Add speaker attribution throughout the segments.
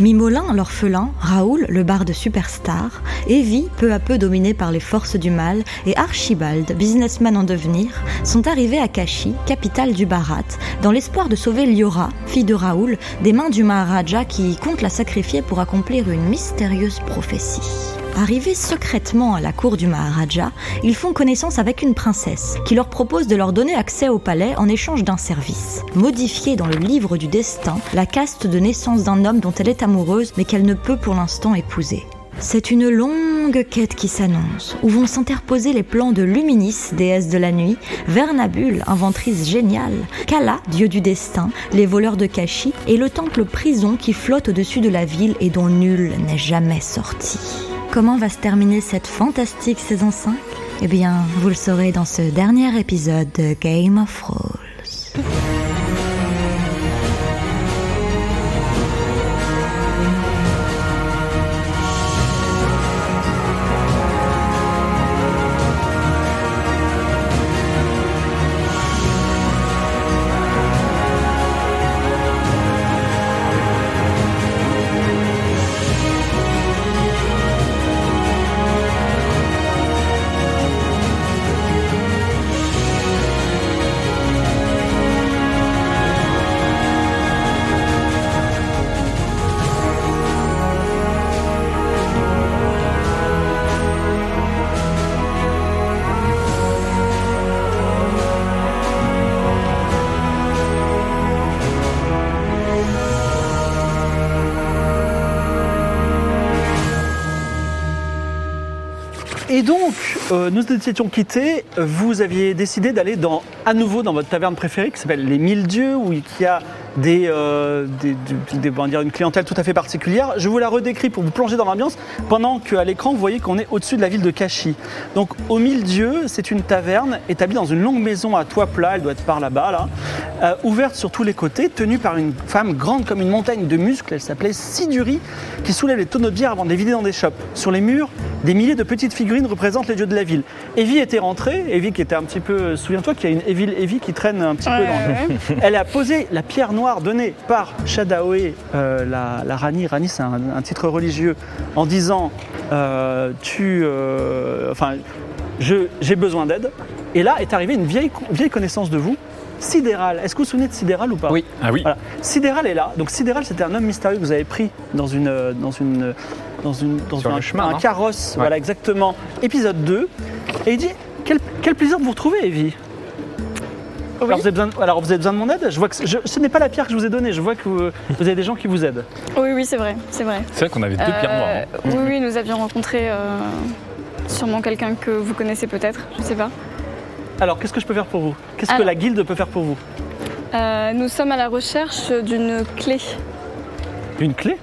Speaker 1: Mimolin, l'orphelin, Raoul, le barde superstar, Evie, peu à peu dominée par les forces du mal, et Archibald, businessman en devenir, sont arrivés à Kashi, capitale du Bharat, dans l'espoir de sauver Liora, fille de Raoul, des mains du Maharaja qui compte la sacrifier pour accomplir une mystérieuse prophétie. Arrivés secrètement à la cour du Maharaja, ils font connaissance avec une princesse qui leur propose de leur donner accès au palais en échange d'un service. Modifiée dans le livre du destin, la caste de naissance d'un homme dont elle est amoureuse mais qu'elle ne peut pour l'instant épouser. C'est une longue quête qui s'annonce, où vont s'interposer les plans de Luminis, déesse de la nuit, Vernabule, inventrice géniale, Kala, dieu du destin, les voleurs de Kashi, et le temple prison qui flotte au-dessus de la ville et dont nul n'est jamais sorti. Comment va se terminer cette fantastique saison 5 Eh bien, vous le saurez dans ce dernier épisode de Game of Thrones.
Speaker 2: Et donc, euh, nous nous étions quittés. Vous aviez décidé d'aller dans, à nouveau dans votre taverne préférée qui s'appelle Les Mille Dieux, où il y a des, euh, des- du- des- comment dire, une clientèle tout à fait particulière. Je vous la redécris pour vous plonger dans l'ambiance, pendant qu'à l'écran, vous voyez qu'on est au-dessus de la ville de Kashi. Donc, aux Mille Dieux, c'est une taverne établie dans une longue maison à toit plat, elle doit être par là-bas, là, euh, ouverte sur tous les côtés, tenue par une femme grande comme une montagne de muscles, elle s'appelait Siduri, qui soulève les tonneaux de bière avant de les vider dans des chopes. Sur les murs, des milliers de petites figurines représentent les dieux de la ville. Evie était rentrée, Evie qui était un petit peu. Souviens-toi qu'il y a une Evie, Evie qui traîne un petit peu dans le- Elle a posé la pierre noire donnée par Shadaoe, euh, la, la Rani. Rani, c'est un, un titre religieux, en disant euh, Tu. euh, enfin, je- j'ai besoin d'aide. Et là est arrivée une vieille, co- vieille connaissance de vous, Sidéral. Est-ce que vous vous souvenez de Sidéral ou pas
Speaker 3: Oui. Ah oui.
Speaker 2: voilà. Sidéral est là. Donc Sidéral, c'était un homme mystérieux que vous avez pris dans une euh, dans une euh, dans une dans
Speaker 3: Sur
Speaker 2: un,
Speaker 3: le chemin,
Speaker 2: un
Speaker 3: non
Speaker 2: carrosse. Voilà exactement. Épisode 2. Et il dit quel, quel plaisir de vous retrouver, Evie.
Speaker 4: Oh
Speaker 2: Alors, vous avez besoin de, alors, vous avez besoin de mon aide Je vois que c'est- je- ce n'est pas la pierre que je vous ai donnée. Je vois que vous, vous avez des gens qui vous aident.
Speaker 4: Oui, oui, c'est vrai, c'est vrai.
Speaker 3: C'est vrai qu'on avait deux pierres noires. hein.
Speaker 4: Euh, Oui, oui, nous avions rencontré euh, sûrement quelqu'un que vous connaissez peut-être, je sais pas.
Speaker 2: Alors qu'est-ce que je peux faire pour vous Qu'est-ce que
Speaker 4: Alors.
Speaker 2: la guilde peut faire pour vous
Speaker 4: Euh, nous sommes à la recherche d'une clé,
Speaker 2: Une clé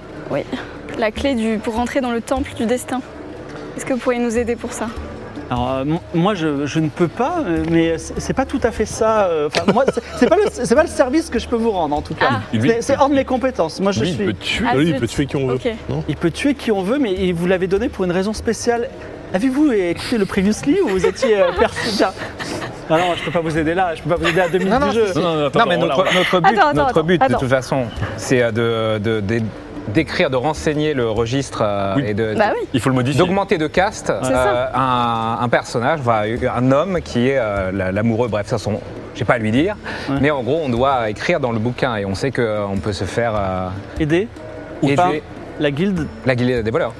Speaker 4: la clé du, pour rentrer dans le temple du destin. Est-ce que vous pourriez nous aider pour ça
Speaker 2: Alors euh, m- moi je, je ne peux pas, euh, mais c'est c'est pas tout à fait ça. euh, Enfin moi c'est- c'est pas le c'est pas le service que je peux vous rendre en tout cas.
Speaker 4: Ah.
Speaker 3: Lui-
Speaker 2: C'est- C'est hors de mes compétences. Moi je
Speaker 3: Lui,
Speaker 2: suis.
Speaker 3: il peut tuer.
Speaker 4: Ah,
Speaker 5: oui, il
Speaker 4: zut.
Speaker 5: peut tuer qui on veut.
Speaker 4: Ok.
Speaker 2: Il peut tuer qui on veut, mais il vous l'avez donné pour une raison spéciale. Avez-vous écouté le Previously ou vous étiez euh, perso- Tiens. Non, non, je peux pas vous aider là, je peux pas vous aider à 2000
Speaker 3: Non, non,
Speaker 2: du jeu.
Speaker 3: si, si. Non, non, attends,
Speaker 6: Non, mais
Speaker 3: on l'a,
Speaker 6: notre,
Speaker 3: on l'a.
Speaker 6: notre but,
Speaker 4: Attends, attends,
Speaker 6: notre but
Speaker 4: attends.
Speaker 6: de toute façon, c'est euh, de, de- de- d'écrire, de renseigner le registre euh,
Speaker 3: Oui.
Speaker 6: et de,
Speaker 4: Bah oui.
Speaker 3: Il faut le modifier.
Speaker 6: d'augmenter de caste euh,
Speaker 4: C'est ça.
Speaker 6: un, un personnage, voilà, un homme qui est euh, la- l'amoureux. Bref, ça, son, j'ai pas à lui dire.
Speaker 2: Ouais.
Speaker 6: Mais en gros, on doit écrire dans le bouquin et on sait qu'on peut se faire euh,
Speaker 2: Aider ou
Speaker 6: aider
Speaker 2: pas la guilde.
Speaker 6: la guilde des voleurs.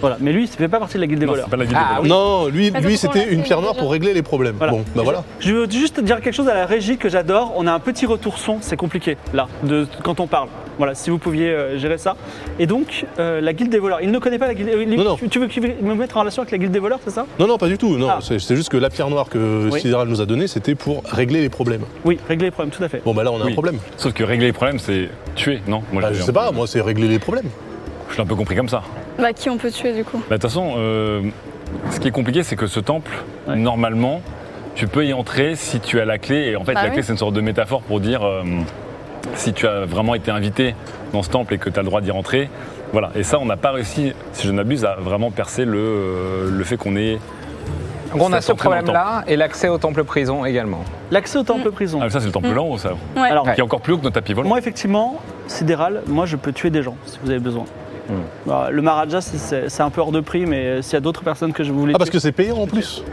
Speaker 2: Voilà, mais lui, il fait pas partie de la guilde des
Speaker 3: Non,
Speaker 2: voleurs.
Speaker 3: c'est pas la guilde
Speaker 6: Ah,
Speaker 3: des voleurs.
Speaker 6: oui.
Speaker 5: Non, lui,
Speaker 4: Parce
Speaker 5: lui
Speaker 4: qu'on l'a
Speaker 5: c'était une
Speaker 4: fait
Speaker 5: pierre noire
Speaker 4: déjà.
Speaker 5: pour régler les problèmes.
Speaker 2: Voilà.
Speaker 5: Bon, bah voilà.
Speaker 2: Je veux juste te dire quelque chose à la régie que j'adore. On a un petit retour son, c'est compliqué là, de, quand on parle. Voilà, si vous pouviez euh, gérer ça. Et donc, euh, la guilde des voleurs. Il ne connaît pas la guilde. euh, il-
Speaker 3: Non, non.
Speaker 2: Tu, tu veux qu'il- me mettre en relation avec la guilde des voleurs, c'est ça
Speaker 3: Non, non, pas du tout. Non,
Speaker 2: Ah.
Speaker 3: c'est c'est juste que la pierre noire que
Speaker 2: Oui.
Speaker 3: Sidéral nous a donnée, c'était pour régler les problèmes.
Speaker 2: Oui, régler les problèmes, tout à fait.
Speaker 3: Bon, bah là, on a un
Speaker 5: Oui.
Speaker 3: problème.
Speaker 5: Sauf que régler les problèmes, c'est tuer, non Moi,
Speaker 3: Bah,
Speaker 5: j'ai
Speaker 3: je
Speaker 5: un
Speaker 3: sais
Speaker 5: peu-
Speaker 3: pas, moi, c'est régler les problèmes.
Speaker 5: Je l'ai un peu compris comme ça.
Speaker 4: Bah, qui on peut tuer du coup
Speaker 5: Bah, De toute façon, euh, ce qui est compliqué, c'est que ce temple,
Speaker 2: Ouais.
Speaker 5: normalement, tu peux y entrer si tu as la clé. Et en fait,
Speaker 4: Bah
Speaker 5: la
Speaker 4: oui.
Speaker 5: clé, c'est une sorte de métaphore pour dire euh, si tu as vraiment été invité dans ce temple et que tu as le droit d'y rentrer. Voilà. Et ça, on n'a pas réussi, si je n'abuse, à vraiment percer le, euh, le fait qu'on ait.
Speaker 4: Ah,
Speaker 6: Donc, on a
Speaker 5: Ça
Speaker 6: ce
Speaker 5: s'en prend dans le
Speaker 6: problème-là et l'accès au temple prison également.
Speaker 2: L'accès au temple prison.
Speaker 5: Ah, mais ça, c'est le temple
Speaker 4: Mm.
Speaker 5: lent, ça.
Speaker 4: Ouais.
Speaker 2: Alors,
Speaker 5: Qui est encore plus haut que notre tapis volant.
Speaker 2: moi, effectivement, sidéral, moi, je peux tuer des gens si vous avez besoin.
Speaker 3: Hmm.
Speaker 2: Alors, le Maharaja, c'est- c'est c'est un peu hors de prix, mais euh, s'il y a d'autres personnes que je voulais.
Speaker 3: Ah, parce que c'est payant en plus.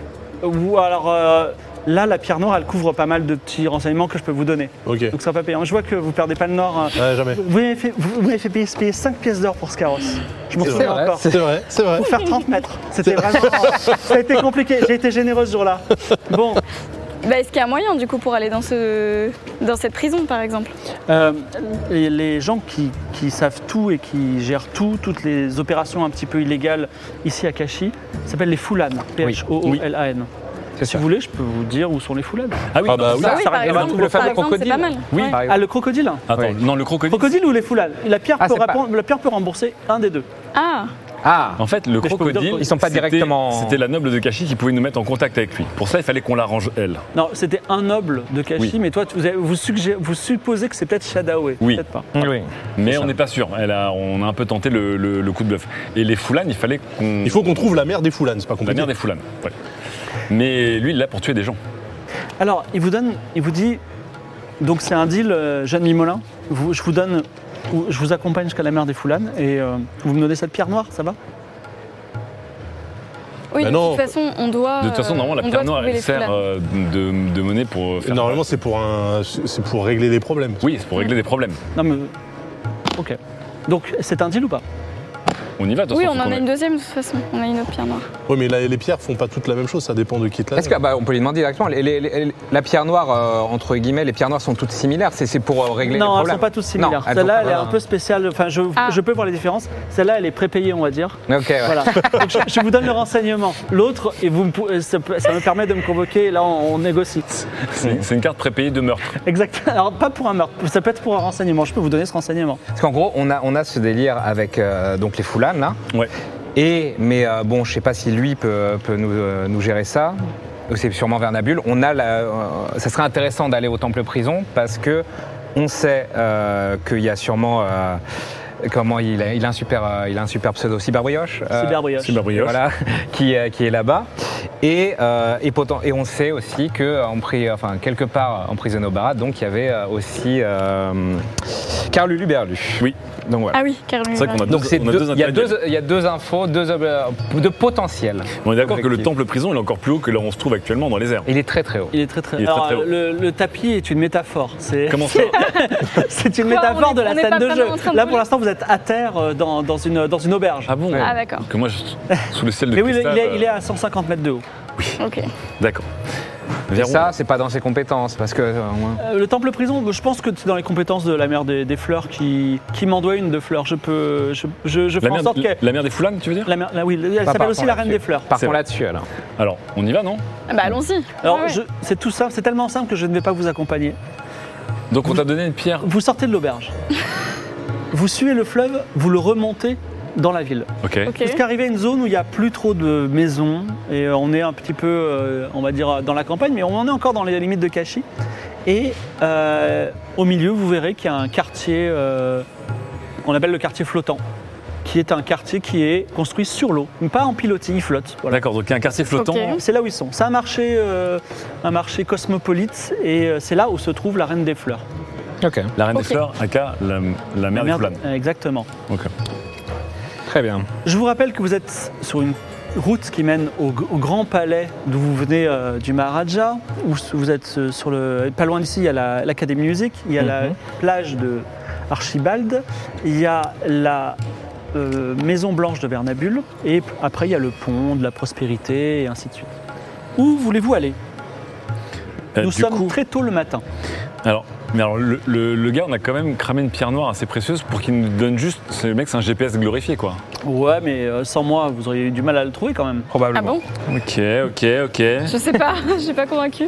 Speaker 2: Ou alors, euh, là, la pierre noire, elle couvre pas mal de petits renseignements que je peux vous donner.
Speaker 3: Ok.
Speaker 2: Donc, ça va pas payant. Je vois que vous perdez pas le nord. hein.
Speaker 3: Ouais, jamais.
Speaker 2: Vous m'avez fait, vous m'avez fait payer, 5 pièces d'or pour ce carrosse. Je m'en
Speaker 3: C'est
Speaker 2: souviens
Speaker 6: vrai,
Speaker 2: encore.
Speaker 3: C'est vrai, c'est vrai.
Speaker 2: Pour faire 30 mètres. C'était vraiment. ça a été compliqué. J'ai été généreux ce jour-là. Bon,
Speaker 4: Bah, est-ce qu'il y a moyen du coup pour aller dans, ce... dans cette prison par exemple
Speaker 2: euh, les, les gens qui, qui savent tout et qui gèrent tout, toutes les opérations un petit peu illégales ici à Kashi, s'appellent les Fulan. P-H-O-O-L-A-N.
Speaker 6: C'est
Speaker 2: Si
Speaker 6: ça.
Speaker 2: vous voulez, je peux vous dire où sont les Fulan.
Speaker 5: Ah oui,
Speaker 3: Ah
Speaker 5: non,
Speaker 3: bah
Speaker 5: mais
Speaker 3: oui.
Speaker 5: ça-
Speaker 4: oui,
Speaker 6: ça
Speaker 4: par
Speaker 6: réglemente
Speaker 4: exemple,
Speaker 6: le fameux
Speaker 4: par exemple, c'est
Speaker 6: crocodile.
Speaker 4: pas mal.
Speaker 5: Oui.
Speaker 4: Ouais.
Speaker 6: Par
Speaker 2: Ah,
Speaker 6: exemple.
Speaker 2: le crocodile
Speaker 5: Attends,
Speaker 6: Oui.
Speaker 5: non, le crocodile.
Speaker 2: Crocodile ou les Fulan la pierre,
Speaker 6: Ah,
Speaker 2: peut
Speaker 6: c'est pas-
Speaker 2: rappor- la pierre peut rembourser un des deux.
Speaker 4: Ah,
Speaker 6: Ah,
Speaker 5: En fait, le
Speaker 2: Mais je peux vous dire
Speaker 5: crocodile,
Speaker 2: que- Ils
Speaker 6: sont pas
Speaker 5: c'était-
Speaker 6: directement-
Speaker 5: C'était la noble de Kashi qui pouvait nous mettre en contact avec lui. Pour ça, il fallait qu'on l'arrange elle.
Speaker 2: Non, c'était un noble de Kashi,
Speaker 5: Oui.
Speaker 2: mais toi, vous, avez- vous, suggé- vous supposez que c'est peut-être Shadaoé.
Speaker 5: Oui.
Speaker 2: Peut-être pas.
Speaker 6: oui.
Speaker 5: Mais
Speaker 6: C'est
Speaker 5: on
Speaker 6: ça.
Speaker 5: n'est pas sûr. Elle a, on a un peu tenté le, le- le coup de bluff. Et les Foulanes, il fallait qu'on.
Speaker 3: Il faut qu'on trouve la mère des Foulanes, c'est pas
Speaker 5: la
Speaker 3: compliqué.
Speaker 5: mère des Foulanes. ouais. Mais lui, il est là pour tuer des gens.
Speaker 2: Alors, il vous donne, il vous dit, donc c'est un deal, euh, Jeanne Limolin, vous- je vous donne, ou- je vous accompagne jusqu'à la mer des Foulanes et euh, vous me donnez cette pierre noire, ça va
Speaker 4: oui,
Speaker 3: Bah
Speaker 4: de
Speaker 3: non.
Speaker 4: toute façon, on doit.
Speaker 5: De toute façon,
Speaker 4: euh,
Speaker 5: normalement, la
Speaker 4: on doit
Speaker 5: pierre noire,
Speaker 4: trouver
Speaker 5: elle
Speaker 4: les
Speaker 5: sert
Speaker 4: foulards.
Speaker 5: euh, de, de monnaie pour. euh, faire-
Speaker 3: Normalement, c'est pour, un... c'est pour régler les problèmes.
Speaker 5: Oui, c'est pour régler des problèmes.
Speaker 2: Non mais, ok. Donc c'est un deal ou pas
Speaker 5: On y va, de toute
Speaker 4: Oui,
Speaker 5: façon,
Speaker 4: on
Speaker 5: faut
Speaker 4: en
Speaker 5: qu'on
Speaker 4: a
Speaker 5: aille.
Speaker 4: une deuxième de toute façon. On a une autre pierre noire.
Speaker 3: Oui, mais là, les pierres font pas toutes la même chose, ça dépend de qui te la
Speaker 6: Est-ce que- bah, on peut lui demander directement les- les- les- La pierre noire, euh, entre guillemets, les pierres noires sont toutes similaires. C'est c'est pour euh, régler les
Speaker 2: Non, elles
Speaker 6: problèmes.
Speaker 2: sont pas toutes similaires.
Speaker 6: elles
Speaker 2: Celle-là,
Speaker 6: sont
Speaker 2: elle est
Speaker 6: pas-
Speaker 2: un peu spéciale. Enfin, je,
Speaker 4: Ah.
Speaker 2: je peux voir les différences. Celle-là, elle est prépayée, on va dire.
Speaker 6: Ok, ouais.
Speaker 2: Voilà. Donc, je, je vous donne le renseignement. L'autre, et vous, me pou- euh, ça, peut- ça me permet de me convoquer. Et là, on, on négocie.
Speaker 5: C'est c'est une carte prépayée de meurtre.
Speaker 2: Exact. Alors pas pour un meurtre. Ça peut être pour un renseignement. Je peux vous donner ce renseignement.
Speaker 6: Parce qu'en gros, on a, on a ce délire avec euh, donc les foulanes, là.
Speaker 5: Ouais.
Speaker 6: Et, mais euh, bon, je sais pas si lui peut, peut nous, euh, nous gérer ça. Ou C'est sûrement Vernabule. On a la, euh, ça serait intéressant d'aller au temple prison parce que on sait euh, qu'il y a sûrement. euh, comment il a, il a un super, euh, il a un super pseudo cyberbrioche. euh,
Speaker 2: Cyberbrioche.
Speaker 5: Cyberbrioche.
Speaker 6: Voilà, qui, euh, qui est là-bas. Et, euh, et, poten- et on sait aussi que euh, en pri- enfin, quelque part euh, en prison au Barat, donc il y avait euh, aussi euh, Carl Lulu Berlu.
Speaker 5: Oui.
Speaker 6: Donc voilà.
Speaker 4: Ah oui, Caroline.
Speaker 5: C'est vrai qu'on a
Speaker 6: Donc
Speaker 5: deux-
Speaker 6: c'est
Speaker 5: on a
Speaker 6: deux-
Speaker 5: deux
Speaker 6: il y a
Speaker 5: intermédiaires.
Speaker 6: deux- il y a deux infos, deux euh, de potentiel.
Speaker 5: On est d'accord que le
Speaker 6: Objectif.
Speaker 5: temple prison, il est encore plus haut que là où on se trouve actuellement dans les airs.
Speaker 6: Il est très très haut.
Speaker 2: Il est très très.
Speaker 5: Il est très,
Speaker 2: Alors,
Speaker 5: très haut.
Speaker 2: le, le tapis est une métaphore. C'est
Speaker 5: Comment ça
Speaker 6: Ah
Speaker 2: c'est une
Speaker 4: Quoi,
Speaker 2: métaphore
Speaker 4: on est-
Speaker 2: de la
Speaker 4: on est
Speaker 2: scène
Speaker 4: pas
Speaker 2: de
Speaker 4: vraiment en train
Speaker 2: jeu.
Speaker 4: de
Speaker 2: Là,
Speaker 4: voler
Speaker 2: pour l'instant, vous êtes à terre euh, dans, dans une, dans une auberge.
Speaker 5: Ah bon
Speaker 4: Ah d'accord.
Speaker 5: Que moi, je... sous le ciel de
Speaker 2: Mais oui, il est,
Speaker 5: cristal,
Speaker 2: il est- il est
Speaker 5: euh,
Speaker 2: à 150 mètres de haut.
Speaker 4: Ok.
Speaker 5: D'accord.
Speaker 6: Et
Speaker 5: Verrons.
Speaker 6: ça, c'est pas dans ses compétences parce que euh, moi-
Speaker 2: Euh, le temple prison, je pense que c'est dans les compétences de la mère des, des fleurs qui, qui m'en doit une de fleurs. Je peux. Je, je, je fais
Speaker 5: La
Speaker 2: en
Speaker 5: mère,
Speaker 2: sorte que.
Speaker 5: la mère des Foulanes, tu veux dire
Speaker 2: La mère- la- oui, elle
Speaker 6: Pas
Speaker 2: s'appelle aussi
Speaker 6: partons
Speaker 2: la reine
Speaker 6: là-dessus.
Speaker 2: des fleurs.
Speaker 6: partons
Speaker 5: vrai.
Speaker 6: là-dessus alors.
Speaker 5: Alors, on y va, non
Speaker 4: Ah Bah allons-y.
Speaker 2: Alors,
Speaker 4: Ah ouais.
Speaker 2: je- c'est tout simple, c'est tellement simple que je ne vais pas vous accompagner.
Speaker 5: Donc, on t'a donné une pierre.
Speaker 2: Vous sortez de l'auberge. vous suivez le fleuve, vous le remontez dans la ville.
Speaker 5: Ok.
Speaker 4: Ok.
Speaker 2: Jusqu'à arriver à une zone où il n'y a plus trop de maisons et euh, on est un petit peu, euh, on va dire, dans la campagne, mais on en est encore dans les limites de Kashi. Et euh, au milieu, vous verrez qu'il y a un quartier euh, qu'on appelle le quartier flottant, qui est un quartier qui est construit sur l'eau, mais pas en pilotis, il flotte. Voilà.
Speaker 5: D'accord, donc il y a un quartier flottant.
Speaker 4: Ok.
Speaker 2: C'est là où ils sont. C'est un marché, euh, un marché cosmopolite et euh, c'est là où se trouve la reine des fleurs.
Speaker 6: Ok,
Speaker 5: La reine
Speaker 4: Ok.
Speaker 5: des fleurs, aka la, la mère des
Speaker 2: Merde.
Speaker 5: Foulanes.
Speaker 2: Exactement.
Speaker 5: Ok.
Speaker 6: très bien.
Speaker 2: Je vous rappelle que vous êtes sur une route qui mène au, g- au grand palais d'où vous venez euh, du Maharaja, où s- vous êtes euh, sur le. Pas loin d'ici, il y a la- l'Académie Musique, il y a la
Speaker 5: Mhm.
Speaker 2: plage de Archibald, il y a la euh, Maison Blanche de Vernabule, et p- après il y a le pont de la prospérité, et ainsi de suite. Où voulez-vous aller
Speaker 5: Euh,
Speaker 2: Nous
Speaker 5: du
Speaker 2: sommes
Speaker 5: coup-
Speaker 2: très tôt le matin.
Speaker 5: Alors, Mais alors, le, le- le gars, on a quand même cramé une pierre noire assez précieuse pour qu'il nous donne juste. Ce mec, c'est un GPS glorifié, quoi.
Speaker 2: Ouais, mais euh, sans moi, vous auriez eu du mal à le trouver quand même.
Speaker 4: Ah
Speaker 6: probablement.
Speaker 4: bon
Speaker 5: Ok, ok, ok.
Speaker 4: Je sais pas, je suis pas convaincue.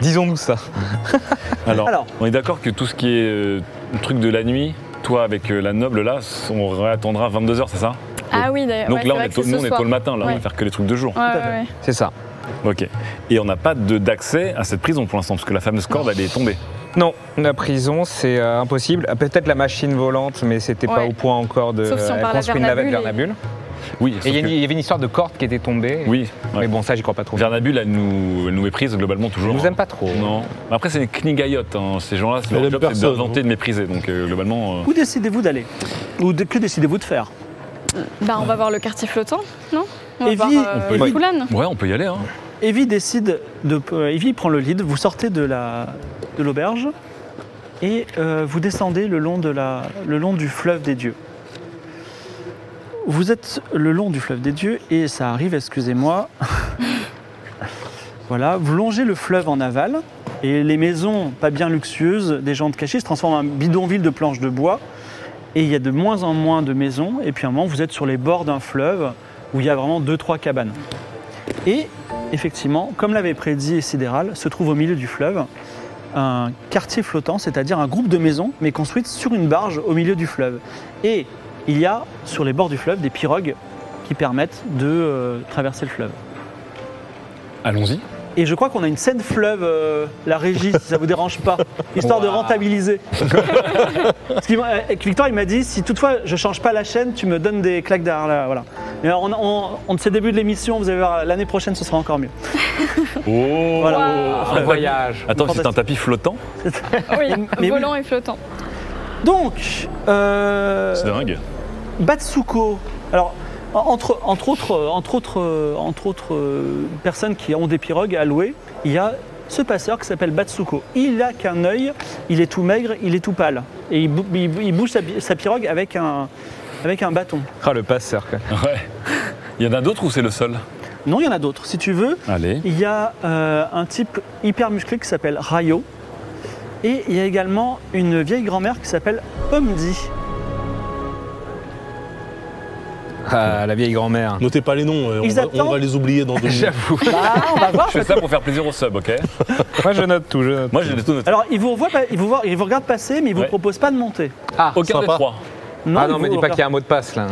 Speaker 6: Disons-nous ça.
Speaker 5: Alors,
Speaker 2: Alors.
Speaker 5: on est d'accord que tout ce qui est euh, le truc de la nuit, toi avec euh, la noble là, on réattendra 22h, c'est ça
Speaker 4: Ah oui, d'ailleurs.
Speaker 5: Donc
Speaker 4: ouais, c'est
Speaker 5: là, on
Speaker 4: vrai
Speaker 5: est
Speaker 4: que
Speaker 5: tôt,
Speaker 4: c'est
Speaker 5: nous,
Speaker 4: ce
Speaker 5: on est
Speaker 4: soir.
Speaker 5: tôt le matin, là, on
Speaker 4: Ouais.
Speaker 5: va faire que les trucs de jour.
Speaker 4: Ouais,
Speaker 2: à fait.
Speaker 4: ouais, ouais.
Speaker 6: C'est ça.
Speaker 5: Ok. Et on n'a pas de- d'accès à cette prison pour l'instant, parce que la fameuse corde, elle est tombée.
Speaker 6: Non, la prison, c'est euh, impossible. Ah, Peut-être la machine volante, mais c'était pas
Speaker 4: Ouais.
Speaker 6: au point encore de
Speaker 4: Sauf si on
Speaker 6: elle
Speaker 4: parle à
Speaker 6: construit une navette
Speaker 4: Vernabule
Speaker 6: Vernabule.
Speaker 5: Oui,
Speaker 6: Et
Speaker 5: sauf
Speaker 6: il y, a une-
Speaker 5: que-
Speaker 6: il y avait une histoire de corde qui était tombée.
Speaker 5: Oui, ouais.
Speaker 6: Mais bon, ça, j'y crois pas trop.
Speaker 5: Vernabule, elle nous, elle nous méprise globalement
Speaker 6: Je
Speaker 5: toujours.
Speaker 6: nous aime pas trop.
Speaker 5: Non. Après, c'est des knigayot, hein. ces gens-là, c'est
Speaker 3: Elle
Speaker 5: leur
Speaker 3: aime
Speaker 5: job, c'est
Speaker 3: personne,
Speaker 5: d'inventer,
Speaker 3: hein.
Speaker 5: de mépriser. Donc euh, globalement. euh,
Speaker 2: Où décidez-vous d'aller Ou de- que décidez-vous de faire
Speaker 4: Bah, on va voir le quartier flottant, non On va
Speaker 2: Evie,
Speaker 4: voir euh,
Speaker 5: on peut y aller.
Speaker 4: Fulane.
Speaker 5: Ouais, on peut y aller. Hein.
Speaker 2: Evie décide de. euh, Evie prend le lead, vous sortez de la de l'auberge et euh, vous descendez le long, de la, le long du fleuve des dieux. Vous êtes le long du fleuve des dieux et ça arrive, excusez-moi. voilà, vous longez le fleuve en aval et les maisons pas bien luxueuses des gens de cachés se transforment en bidonville de planches de bois et il y a de moins en moins de maisons et puis à un moment vous êtes sur les bords d'un fleuve où il y a vraiment deux trois cabanes. Et effectivement, comme l'avait prédit Sidéral, se trouve au milieu du fleuve un quartier flottant, c'est-à-dire un groupe de maisons, mais construites sur une barge au milieu du fleuve. Et il y a sur les bords du fleuve des pirogues qui permettent de euh, traverser le fleuve.
Speaker 5: Allons-y.
Speaker 2: Et je crois qu'on a une scène fleuve, euh, la régie, si ça vous dérange pas, histoire de
Speaker 6: Waouh.
Speaker 2: rentabiliser. Parce qu'il m'a- euh, Victor, il m'a dit si toutefois je change pas la chaîne, tu me donnes des claques derrière là. Voilà. Mais alors, on, on, on- de ces débuts de l'émission, vous allez voir, l'année prochaine, ce sera encore mieux.
Speaker 5: Oh
Speaker 2: Voilà.
Speaker 6: Un voyage.
Speaker 5: Attends,
Speaker 2: Fantastique.
Speaker 5: c'est un tapis flottant
Speaker 4: Oui,
Speaker 2: Mais oui.
Speaker 4: volant et flottant.
Speaker 2: Donc, euh,
Speaker 5: C'est dingue.
Speaker 2: Batsuko. Alors, en- entre, entre autres, euh, entre autres, euh, entre autres euh, personnes qui ont des pirogues à louer, il y a ce passeur qui s'appelle Batsuko. Il a qu'un œil, il est tout maigre, il est tout pâle. Et il, bou- il bou- il bouge sa, bi- sa pirogue avec un, avec un bâton.
Speaker 6: Ah, le passeur. quoi.
Speaker 5: Ouais. Il y en a d'autres ou c'est le seul
Speaker 2: Non, il y en a d'autres. Si tu veux,
Speaker 5: Allez.
Speaker 2: il y a euh, un type hyper musclé qui s'appelle Rayo. Et il y a également une vieille grand-mère qui s'appelle Omdi.
Speaker 6: Ah, la vieille grand-mère.
Speaker 3: Notez pas les noms, euh, on
Speaker 2: Ils
Speaker 3: va,
Speaker 2: attendent-
Speaker 3: on va les oublier dans deux minutes.
Speaker 6: J'avoue.
Speaker 2: Bah, on va voir.
Speaker 5: Je fais ça pour faire plaisir aux subs, ok
Speaker 6: Moi, je note tout. Je note.
Speaker 5: Moi, j'ai des tout notés.
Speaker 2: Alors, ils vous, revoient pas- ils vous voient- ils vous regardent passer, mais ils vous
Speaker 5: Ouais.
Speaker 2: proposent pas de monter.
Speaker 6: Ah,
Speaker 5: Aucun des
Speaker 3: sympa.
Speaker 5: trois.
Speaker 6: ah non,
Speaker 2: ils
Speaker 6: mais
Speaker 2: vous
Speaker 6: dis pas qu'il y a un mot de passe là.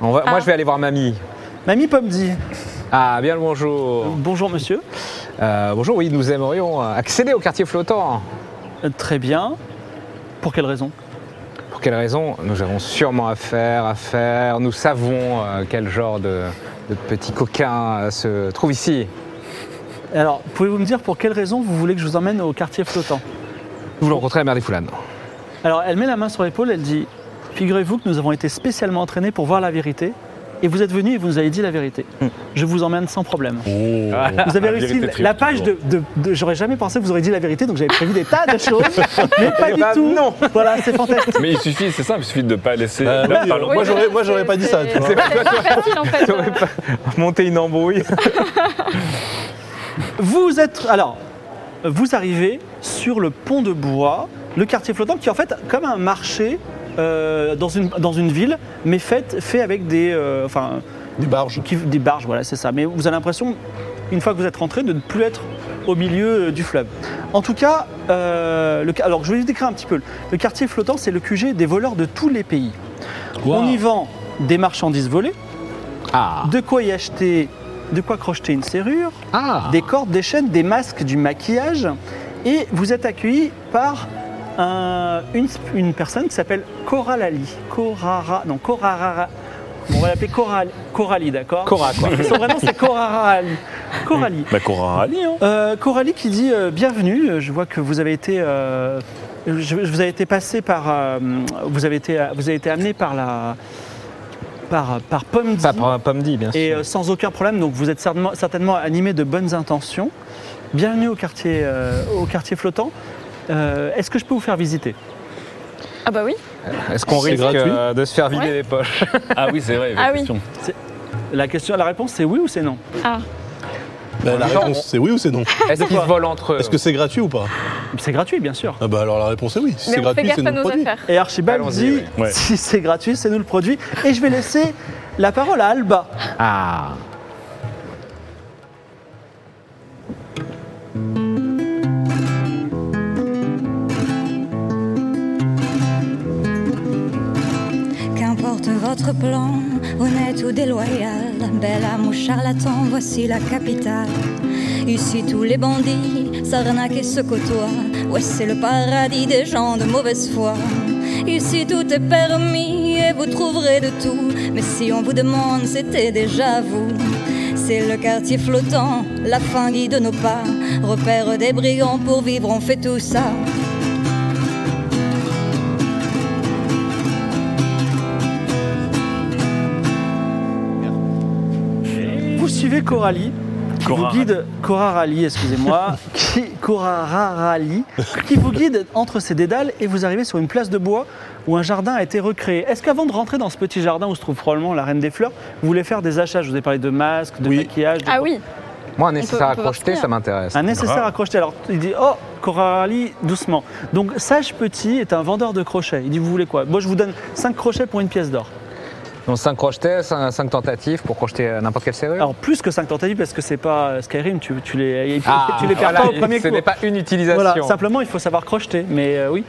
Speaker 6: On va- Moi,
Speaker 4: Ah.
Speaker 6: je vais aller voir mamie.
Speaker 2: Mamie Pomdi.
Speaker 6: Ah, bien le bonjour.
Speaker 2: Bonjour monsieur.
Speaker 6: Euh, bonjour, oui, nous aimerions euh, accéder au quartier flottant.
Speaker 2: Euh, Très bien. Pour quelle raison
Speaker 6: Pour quelle raison Nous avons sûrement affaire à faire. Nous savons euh, quel genre de, de petit coquin euh, se trouve ici.
Speaker 2: Alors, pouvez-vous me dire pour quelle raison vous voulez que je vous emmène au quartier flottant
Speaker 6: Vous le rencontrez à la mère des Foulanes.
Speaker 2: Alors, elle met la main sur l'épaule, elle dit Figurez-vous que nous avons été spécialement entraînés pour voir la vérité. Et vous êtes venu et vous nous avez dit la vérité. Je vous emmène sans problème.
Speaker 3: Oh.
Speaker 2: Vous
Speaker 3: Ah,
Speaker 2: avez
Speaker 5: La
Speaker 2: réussi
Speaker 5: vérité
Speaker 2: la,
Speaker 5: triomphe
Speaker 2: page de,
Speaker 5: toujours.
Speaker 2: de- de- J'aurais jamais pensé que vous auriez dit la vérité, donc j'avais prévu des tas de choses, mais pas
Speaker 6: Eh
Speaker 2: du
Speaker 6: ben,
Speaker 2: tout.
Speaker 6: non.
Speaker 2: Voilà, c'est fantastique.
Speaker 5: Mais il suffit, c'est simple, il suffit de pas laisser.
Speaker 3: Bah,
Speaker 5: Là,
Speaker 3: oui,
Speaker 5: parlons-
Speaker 3: Moi, j'aurais- moi, j'aurais
Speaker 4: c'est-
Speaker 3: pas dit ça,
Speaker 4: c'est-
Speaker 3: tu vois.
Speaker 4: C'est pas facile en fait.
Speaker 6: T'aurais pas monté une embrouille.
Speaker 2: Vous êtes. Alors, vous arrivez sur le pont de bois, le quartier flottant qui est en fait comme un marché euh, dans, une, dans une ville, mais fait, fait avec des, euh, enfin,
Speaker 3: Des barges.
Speaker 2: qui- des barges, voilà, c'est ça. Mais vous avez l'impression, une fois que vous êtes rentré, de ne plus être au milieu euh, du fleuve. En tout cas, euh, le, alors je vais vous décrire un petit peu. Le quartier flottant, c'est le QG des voleurs de tous les pays. On y vend des marchandises volées,
Speaker 6: Ah,
Speaker 2: de quoi y acheter, de quoi crocheter une serrure,
Speaker 6: ah.
Speaker 2: des cordes, des chaînes, des masques, du maquillage. Et vous êtes accueilli par un- une, une personne qui s'appelle Coralali. Corara, non, Corarara. Bon, on va l'appeler Coral, Corali, d'accord
Speaker 6: Cora, quoi.
Speaker 2: Son vrai nom, c'est Corarali. Corali.
Speaker 5: Bah, qu'on rallie, hein.
Speaker 2: Euh, Coralie qui dit euh, bienvenue. Euh, Je vois que vous avez été, euh, je, je vous avez été passé par, euh, vous avez été, euh, vous avez été amené par la, par par Pomme
Speaker 6: Pas
Speaker 2: Di.
Speaker 6: pour un pomme dit, bien sûr.
Speaker 2: Et euh, sans aucun problème, donc vous êtes certainement, certainement animé de bonnes intentions. Bienvenue au quartier, euh, au quartier flottant. Euh, Est-ce que je peux vous faire visiter
Speaker 4: Ah bah oui.
Speaker 6: Est-ce qu'on
Speaker 3: C'est
Speaker 6: risque
Speaker 3: gratuit
Speaker 6: euh, de se faire vider
Speaker 4: Ouais.
Speaker 6: les poches
Speaker 5: Ah oui, c'est vrai.
Speaker 4: Ah oui.
Speaker 5: question.
Speaker 2: La question, la réponse, c'est oui ou c'est non
Speaker 4: Ah.
Speaker 3: Bah, la
Speaker 6: Non.
Speaker 3: Bah, réponse, c'est oui ou c'est non
Speaker 6: Est-ce qu'ils se volent entre eux
Speaker 3: Est-ce que c'est gratuit ou pas
Speaker 2: C'est gratuit, bien sûr.
Speaker 3: Ah bah alors la réponse est oui. Si
Speaker 4: Mais
Speaker 3: c'est
Speaker 4: on fait
Speaker 3: gratuit,
Speaker 4: gaffe
Speaker 3: c'est
Speaker 4: à
Speaker 3: nous le
Speaker 4: nos
Speaker 3: produit.
Speaker 4: affaires.
Speaker 2: Et Archibald
Speaker 6: Allons-y,
Speaker 2: dit
Speaker 5: oui. Ouais.
Speaker 2: si c'est gratuit, c'est nous le produit. Et je vais laisser la parole à Alba.
Speaker 6: Ah.
Speaker 7: Qu'importe votre plan, honnête ou déloyal, bel amour charlatan, voici la capitale. Ici tous les bandits s'arnaquent et se côtoient, ouais c'est le paradis des gens de mauvaise foi. Ici tout est permis et vous trouverez de tout, mais si on vous demande c'était déjà vous. C'est le quartier flottant, la fin guide nos pas, repère des brigands pour vivre on fait tout ça.
Speaker 2: Vous suivez Coralie, qui
Speaker 5: Cora-
Speaker 2: vous guide, Cora Rally, excusez-moi, qui, Cora Ra- Rally, qui vous guide entre ces dédales et vous arrivez sur une place de bois où un jardin a été recréé. Est-ce qu'avant de rentrer dans ce petit jardin où se trouve probablement la Reine des Fleurs, vous voulez faire des achats Je vous ai parlé de masques, de
Speaker 3: Oui.
Speaker 2: maquillage, de-
Speaker 4: Ah oui,
Speaker 6: Moi, un
Speaker 4: peut-
Speaker 6: nécessaire
Speaker 4: on
Speaker 6: à
Speaker 4: peut
Speaker 6: crocheter,
Speaker 4: partir.
Speaker 6: ça m'intéresse.
Speaker 2: Un nécessaire à crocheter. Alors, il dit Oh, Coralie, doucement. Donc, Sage Petit est un vendeur de crochets. Il dit Vous voulez quoi Moi, je vous donne 5 crochets pour une pièce d'or.
Speaker 6: Donc 5 crochetés, 5 tentatives pour crocheter euh, n'importe quelle serrure.
Speaker 2: Alors, plus que 5 tentatives, parce que c'est pas euh, Skyrim, tu, tu les,
Speaker 6: Ah,
Speaker 2: tu les perds
Speaker 6: voilà,
Speaker 2: pas au premier
Speaker 6: Ce
Speaker 2: coup.
Speaker 6: n'est pas une utilisation.
Speaker 2: Voilà, simplement, il faut savoir crocheter. Mais euh, oui.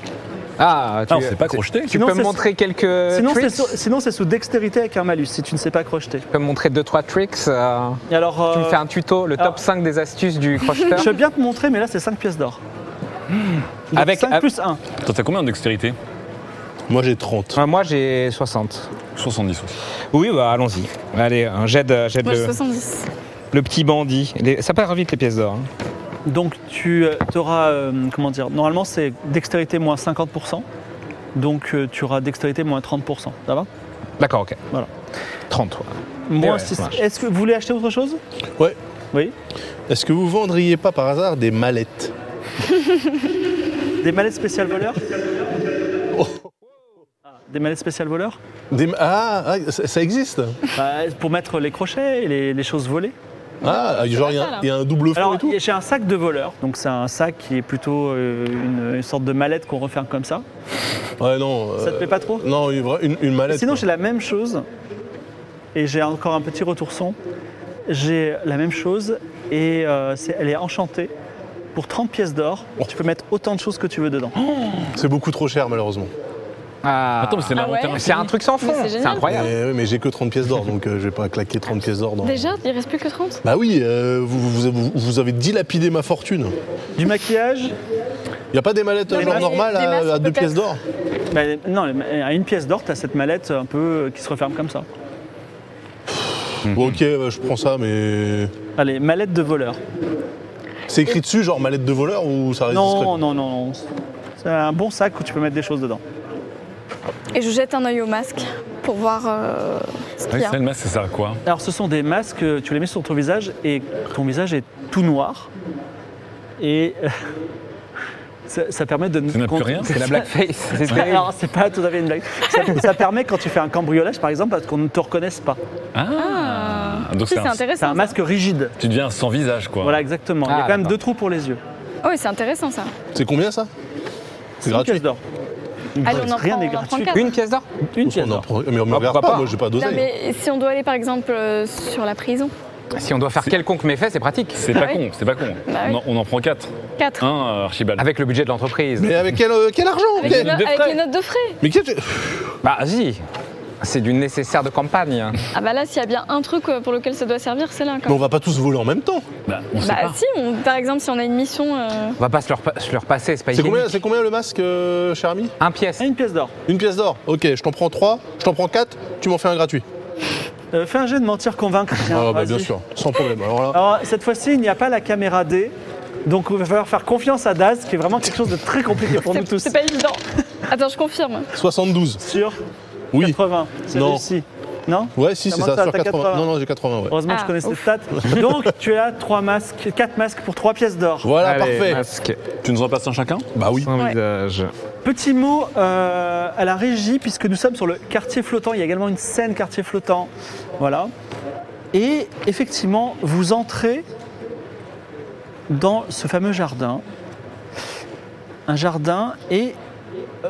Speaker 6: Ah, tu,
Speaker 5: Ah, on sait pas crocheter.
Speaker 6: Tu
Speaker 2: Sinon,
Speaker 6: peux me
Speaker 2: c'est-
Speaker 6: montrer quelques
Speaker 2: Sinon, c'est
Speaker 6: tricks
Speaker 2: sous, sinon, c'est sous dextérité avec un malus si tu ne sais pas crocheter.
Speaker 6: Tu peux me montrer 2-3 tricks euh,
Speaker 2: Et alors,
Speaker 6: Tu me
Speaker 2: euh,
Speaker 6: fais un tuto, le
Speaker 2: alors-
Speaker 6: top 5 des astuces du crocheteur.
Speaker 2: je veux bien te montrer, mais là, c'est 5 pièces d'or. Donc,
Speaker 6: Avec-
Speaker 2: 5
Speaker 6: av-
Speaker 2: plus 1.
Speaker 5: Toi, t'as combien en dextérité
Speaker 3: Moi j'ai 30.
Speaker 6: Ah, moi, j'ai 60.
Speaker 5: 70 aussi.
Speaker 6: Oui, bah allons-y. Allez, hein, j'aide euh, j'aide
Speaker 4: moi j'ai
Speaker 6: le,
Speaker 4: 70.
Speaker 6: le petit bandit. Les- ça part vite les pièces d'or. hein.
Speaker 2: Donc, tu auras. comment dire Normalement, c'est dextérité moins 50%. Donc, euh, tu auras dextérité moins 30%. Ça va
Speaker 6: D'accord, ok.
Speaker 2: Voilà.
Speaker 6: 30. ouais.
Speaker 2: Moi,
Speaker 6: ouais,
Speaker 2: c'est-
Speaker 6: ça marche.
Speaker 2: est-ce que vous voulez acheter autre chose
Speaker 3: Ouais.
Speaker 2: Oui.
Speaker 3: Est-ce que vous vendriez pas par hasard des mallettes
Speaker 2: Des mallettes spéciales voleurs
Speaker 3: Oh.
Speaker 2: Ah, Des mallettes spéciales voleurs
Speaker 3: Des- Ah, ah, ça, ça existe
Speaker 2: Bah, Pour mettre les crochets et les, les choses volées.
Speaker 3: Ah, genre il y, a un- il y a un double fond
Speaker 2: Alors,
Speaker 3: et tout
Speaker 2: j'ai un sac de voleurs. Donc, c'est un sac qui est plutôt euh, une, une sorte de mallette qu'on referme comme ça.
Speaker 3: Ouais, non.
Speaker 2: Ça te
Speaker 3: euh,
Speaker 2: plaît pas trop
Speaker 3: Non, une, vraie- une- une mallette.
Speaker 2: Sinon,
Speaker 3: quoi.
Speaker 2: j'ai la même chose. Et j'ai encore un petit retourson. J'ai la même chose et euh, c'est- elle est enchantée. Pour 30 pièces d'or,
Speaker 3: Oh.
Speaker 2: tu peux mettre autant de choses que tu veux dedans.
Speaker 3: C'est beaucoup trop cher malheureusement.
Speaker 6: Ah.
Speaker 5: Attends, mais c'est un
Speaker 4: Ah ouais
Speaker 5: inventaire
Speaker 6: c'est un truc sans
Speaker 4: Mais
Speaker 6: fond.
Speaker 4: c'est
Speaker 6: C'est
Speaker 4: génial.
Speaker 6: incroyable.
Speaker 3: Mais, oui, mais j'ai que 30 pièces d'or, donc euh, je vais pas claquer 30 pièces d'or dans.
Speaker 4: Déjà, il reste plus que 30
Speaker 3: Bah oui, euh, vous, vous- vous- vous avez dilapidé ma fortune.
Speaker 2: Du maquillage,
Speaker 3: Y a pas des mallettes
Speaker 4: Non,
Speaker 3: euh, genre
Speaker 4: mais
Speaker 3: normales
Speaker 4: des
Speaker 3: à-
Speaker 4: masques,
Speaker 3: à, 2
Speaker 4: peut-être.
Speaker 3: pièces d'or
Speaker 2: Ben, non, à une pièce d'or, tu as cette mallette un peu euh, qui se referme comme ça.
Speaker 3: Bon, Ok, bah, je prends ça, mais.
Speaker 2: Allez, mallette de voleur.
Speaker 3: C'est écrit dessus, genre mallette de voleur ou ça reste discret
Speaker 2: Non, non, non, non. C'est un bon sac où tu peux mettre des choses dedans.
Speaker 4: Et je jette un œil au masque pour voir euh, ce
Speaker 5: Ah
Speaker 4: qu'il
Speaker 5: oui,
Speaker 4: y a.
Speaker 5: ça, le masque, c'est ça à quoi
Speaker 2: Alors, ce sont des masques, euh, tu les mets sur ton visage et ton visage est tout noir. Et euh, ça, ça permet de.
Speaker 5: Ça n'a plus rien
Speaker 6: C'est la blackface. C'est terrible.
Speaker 2: Alors, c'est pas tout à fait une blague. Ça, ça permet, quand tu fais un cambriolage, par exemple, à ce qu'on ne te reconnaisse pas.
Speaker 5: Ah, Donc
Speaker 4: Si,
Speaker 5: c'est
Speaker 4: c'est
Speaker 5: un-
Speaker 2: C'est
Speaker 4: intéressant.
Speaker 2: un masque rigide.
Speaker 3: Ah.
Speaker 5: tu deviens sans visage, quoi.
Speaker 2: Voilà, exactement. Il y a
Speaker 6: Ah,
Speaker 2: quand même
Speaker 6: d'accord.
Speaker 2: deux trous pour les yeux.
Speaker 4: Oh, c'est intéressant ça.
Speaker 3: C'est combien ça C'est
Speaker 2: Une
Speaker 3: gratuit.
Speaker 2: pièce d'or.
Speaker 4: Allez, on en
Speaker 2: Rien
Speaker 4: prend-
Speaker 2: n'est
Speaker 4: on en prend
Speaker 2: gratuit.
Speaker 4: quatre.
Speaker 6: Une pièce d'or
Speaker 2: Une
Speaker 3: On s'en
Speaker 2: pièce
Speaker 3: en
Speaker 2: d'or.
Speaker 3: prend- Mais on me
Speaker 6: Ah,
Speaker 3: regarde
Speaker 6: pourquoi
Speaker 3: pas,
Speaker 6: pas
Speaker 3: moi j'ai pas
Speaker 4: Non,
Speaker 3: d'oseille.
Speaker 4: mais si on doit aller par exemple euh, sur la prison,
Speaker 6: Si on doit faire
Speaker 5: C'est-
Speaker 6: quelconque méfait, c'est pratique.
Speaker 5: C'est pas
Speaker 4: Ah oui.
Speaker 5: con, c'est pas con.
Speaker 4: Bah oui. Ah.
Speaker 5: On en- On en prend 4.
Speaker 4: 4.
Speaker 5: Un, euh, Archibald.
Speaker 6: Avec le budget de l'entreprise.
Speaker 3: Mais avec quel, euh, quel argent
Speaker 4: Avec,
Speaker 3: quel-
Speaker 4: une-
Speaker 5: notes de
Speaker 4: avec
Speaker 5: frais.
Speaker 4: les notes de frais.
Speaker 3: Mais quel-
Speaker 6: Bah, vas-y. C'est du nécessaire de campagne.
Speaker 4: Ah bah là, s'il y a bien un truc euh, pour lequel ça doit servir, c'est là.
Speaker 3: Mais on
Speaker 4: Quand
Speaker 3: va pas tous voler en même temps.
Speaker 5: Bah, on sait
Speaker 4: bah
Speaker 5: pas.
Speaker 4: si, on- par exemple, si on a une mission, euh,
Speaker 6: On va pas se leur, pa- se leur passer, c'est pas
Speaker 3: C'est
Speaker 6: hygiénique.
Speaker 3: combien, c'est combien le masque, euh, cher ami
Speaker 6: Un pièce.
Speaker 2: Une pièce d'or.
Speaker 3: Une pièce d'or. Ok, je t'en prends 3, je t'en prends 4, tu m'en fais un gratuit.
Speaker 2: Euh, fais un jeu de mentir convaincre. Tiens,
Speaker 3: Ah, bah,
Speaker 2: vas-y.
Speaker 3: bien sûr, sans problème. Alors là,
Speaker 2: Alors cette fois-ci, il n'y a pas la caméra D. Donc il va falloir faire confiance à Daz, qui est vraiment quelque chose de très compliqué pour nous
Speaker 4: c'est
Speaker 2: tous.
Speaker 4: c'est pas évident. Attends, je confirme.
Speaker 3: 72.
Speaker 2: Sur
Speaker 3: Oui.
Speaker 2: 80, c'est
Speaker 3: Non.
Speaker 2: réussi. Non
Speaker 3: Ouais, si,
Speaker 2: Ça
Speaker 3: c'est
Speaker 2: monte
Speaker 3: ça,
Speaker 2: à
Speaker 3: sur
Speaker 2: 80.
Speaker 3: 80. Non, non, j'ai 80, ouais.
Speaker 2: Heureusement que je
Speaker 4: Ah,
Speaker 2: connais cette stat. Donc tu as trois masques, quatre masques pour trois pièces d'or.
Speaker 3: Voilà,
Speaker 6: Allez,
Speaker 3: parfait.
Speaker 6: masque,
Speaker 5: Tu nous en passes un chacun
Speaker 3: Bah oui.
Speaker 6: un
Speaker 4: Ouais.
Speaker 6: visage.
Speaker 2: Petit mot euh, à la régie, puisque nous sommes sur le quartier flottant. Il y a également une scène quartier flottant. Voilà. Et effectivement, vous entrez dans ce fameux jardin. un jardin et euh,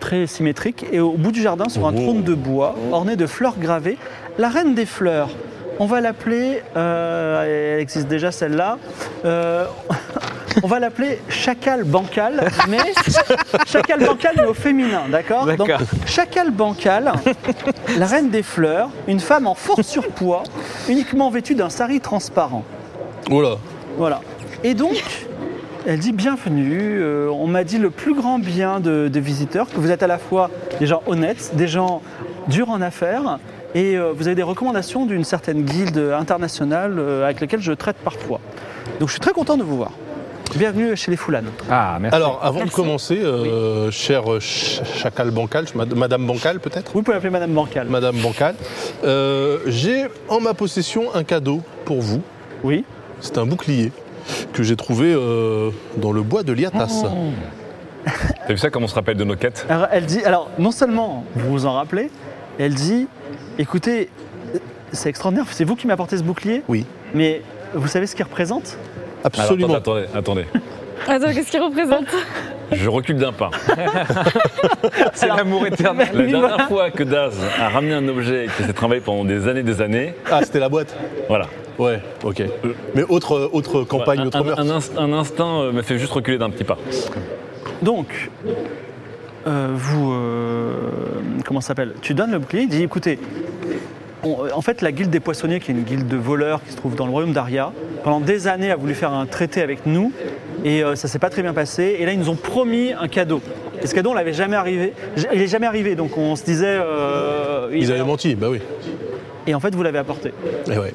Speaker 2: très symétrique. Et au bout du jardin, sur un
Speaker 3: Oh.
Speaker 2: trône de bois orné de fleurs gravées, la reine des fleurs. On va l'appeler, euh, elle existe déjà celle-là, euh, on va l'appeler chacal bancal, mais chacal bancal mais au féminin, d'accord Donc,
Speaker 6: D'accord.
Speaker 2: Chacal bancal, la reine des fleurs, une femme en fort surpoids, uniquement vêtue d'un sari transparent.
Speaker 3: Oh là.
Speaker 2: Voilà. Et donc, elle dit bienvenue. euh, on m'a dit le plus grand bien de- des visiteurs, que vous êtes à la fois des gens honnêtes, des gens durs en affaires, et euh, vous avez des recommandations d'une certaine guilde internationale euh, avec laquelle je traite parfois. Donc je suis très content de vous voir. Bienvenue chez les Foulanes.
Speaker 6: Ah, merci.
Speaker 3: Alors, avant de commencer, euh, cher euh, ch- chacal bancal, ch- mad- madame bancal peut-être
Speaker 2: Vous pouvez appeler Madame Bancal.
Speaker 3: Madame bancal, euh, j'ai en ma possession un cadeau pour vous.
Speaker 2: Oui.
Speaker 3: C'est un bouclier que j'ai trouvé euh, dans le bois de Liatas.
Speaker 4: Oh.
Speaker 5: T'as vu ça comme on se rappelle de nos quêtes
Speaker 2: Alors, elle dit, alors non seulement vous vous en rappelez, elle dit, écoutez, c'est extraordinaire, c'est vous qui m'apportez ce bouclier,
Speaker 3: Oui,
Speaker 2: mais vous savez ce qu'il représente
Speaker 5: Alors,
Speaker 3: absolument.
Speaker 5: attendez, attendez, attendez.
Speaker 4: Attends, qu'est-ce qu'il représente
Speaker 5: Je recule d'un pas.
Speaker 6: c'est l'amour éternel.
Speaker 5: La dernière fois que Daz a ramené un objet qui s'est travaillé pendant des années des années,
Speaker 3: Ah, c'était la boîte
Speaker 5: voilà.
Speaker 3: Ouais, ok. Mais autre, euh, autre campagne,
Speaker 5: un,
Speaker 3: autre
Speaker 5: un-
Speaker 3: meurtre.
Speaker 5: un inst- un instinct euh, me fait juste reculer d'un petit pas.
Speaker 2: Donc, euh, vous. euh, comment ça s'appelle Tu donnes le bouclier, il dit écoutez, on- euh, en fait, la guilde des poissonniers, qui est une guilde de voleurs qui se trouve dans le royaume d'Aria, pendant des années a voulu faire un traité avec nous, et euh, ça s'est pas très bien passé, et là, ils nous ont promis un cadeau. Et ce cadeau, on l'avait jamais arrivé. Il est jamais arrivé, donc on se disait. euh, il-
Speaker 3: Ils avaient menti, bah oui.
Speaker 2: Et en fait, vous l'avez apporté.
Speaker 3: Eh ouais.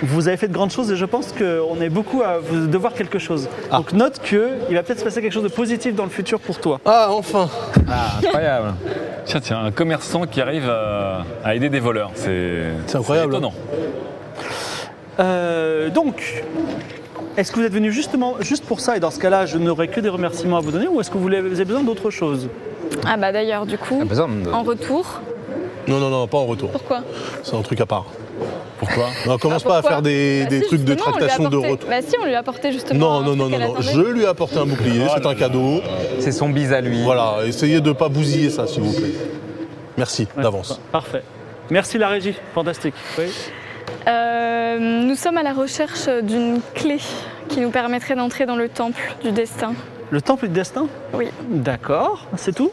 Speaker 2: Vous avez fait de grandes choses et je pense qu'on est beaucoup à vous devoir quelque chose.
Speaker 3: Ah.
Speaker 2: Donc note que il va peut-être se passer quelque chose de positif dans le futur pour toi.
Speaker 3: Ah, enfin
Speaker 6: Incroyable.
Speaker 5: Tiens, tiens, un commerçant qui arrive à, à aider des voleurs, c'est
Speaker 3: C'est incroyable,
Speaker 5: étonnant.
Speaker 2: Euh, donc, est-ce que vous êtes venu justement juste pour ça et dans ce cas-là, je n'aurai que des remerciements à vous donner ou est-ce que vous voulez- vous avez besoin d'autre chose
Speaker 4: Ah bah d'ailleurs, du coup,
Speaker 6: T'as besoin de...
Speaker 4: en retour,
Speaker 3: Non, non, non, pas en retour.
Speaker 4: pourquoi
Speaker 3: C'est un truc à part.
Speaker 5: Pourquoi
Speaker 3: On commence
Speaker 4: Ah,
Speaker 3: pas à
Speaker 4: pourquoi
Speaker 3: faire des,
Speaker 4: Bah
Speaker 3: des
Speaker 4: si,
Speaker 3: trucs de
Speaker 4: justement, on lui a
Speaker 3: tractation de
Speaker 4: apporté-
Speaker 3: retour.
Speaker 4: Bah si, on lui a apporté justement.
Speaker 3: Non,
Speaker 4: un
Speaker 3: non, non,
Speaker 4: truc
Speaker 3: non,
Speaker 4: qu'elle
Speaker 3: non.
Speaker 4: attendait.
Speaker 3: Je lui ai apporté un bouclier,
Speaker 5: Ah,
Speaker 3: c'est un cadeau.
Speaker 6: C'est son bis à lui.
Speaker 3: Voilà, essayez de pas bousiller ça, s'il vous plaît. Merci
Speaker 2: Ouais,
Speaker 3: d'avance.
Speaker 2: Parfait. Merci la régie, fantastique. Oui.
Speaker 4: Euh, nous sommes à la recherche d'une clé qui nous permettrait d'entrer dans le temple du destin.
Speaker 2: Le temple du destin
Speaker 4: Oui.
Speaker 2: D'accord, c'est tout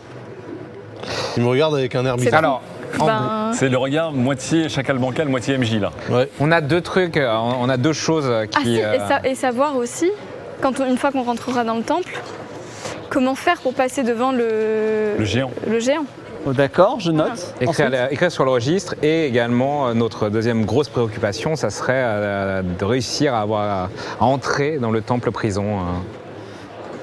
Speaker 3: Il me regarde avec un air bizarre.
Speaker 6: Alors, en gros,
Speaker 4: Ben,
Speaker 5: C'est le regard moitié chacal bancal, moitié MJ là.
Speaker 3: Ouais.
Speaker 6: on a deux trucs, euh, on a deux choses qui.
Speaker 4: ah si, et,
Speaker 6: euh,
Speaker 4: sa- et savoir aussi, quand on- une fois qu'on rentrera dans le temple, comment faire pour passer devant le,
Speaker 5: Le géant.
Speaker 4: le géant.
Speaker 2: Oh, D'accord, je note.
Speaker 6: Écrire,
Speaker 2: Ensuite,
Speaker 6: la- écrire sur le registre et également euh, notre deuxième grosse préoccupation, ça serait euh, de réussir à, avoir, à entrer dans le temple prison. euh.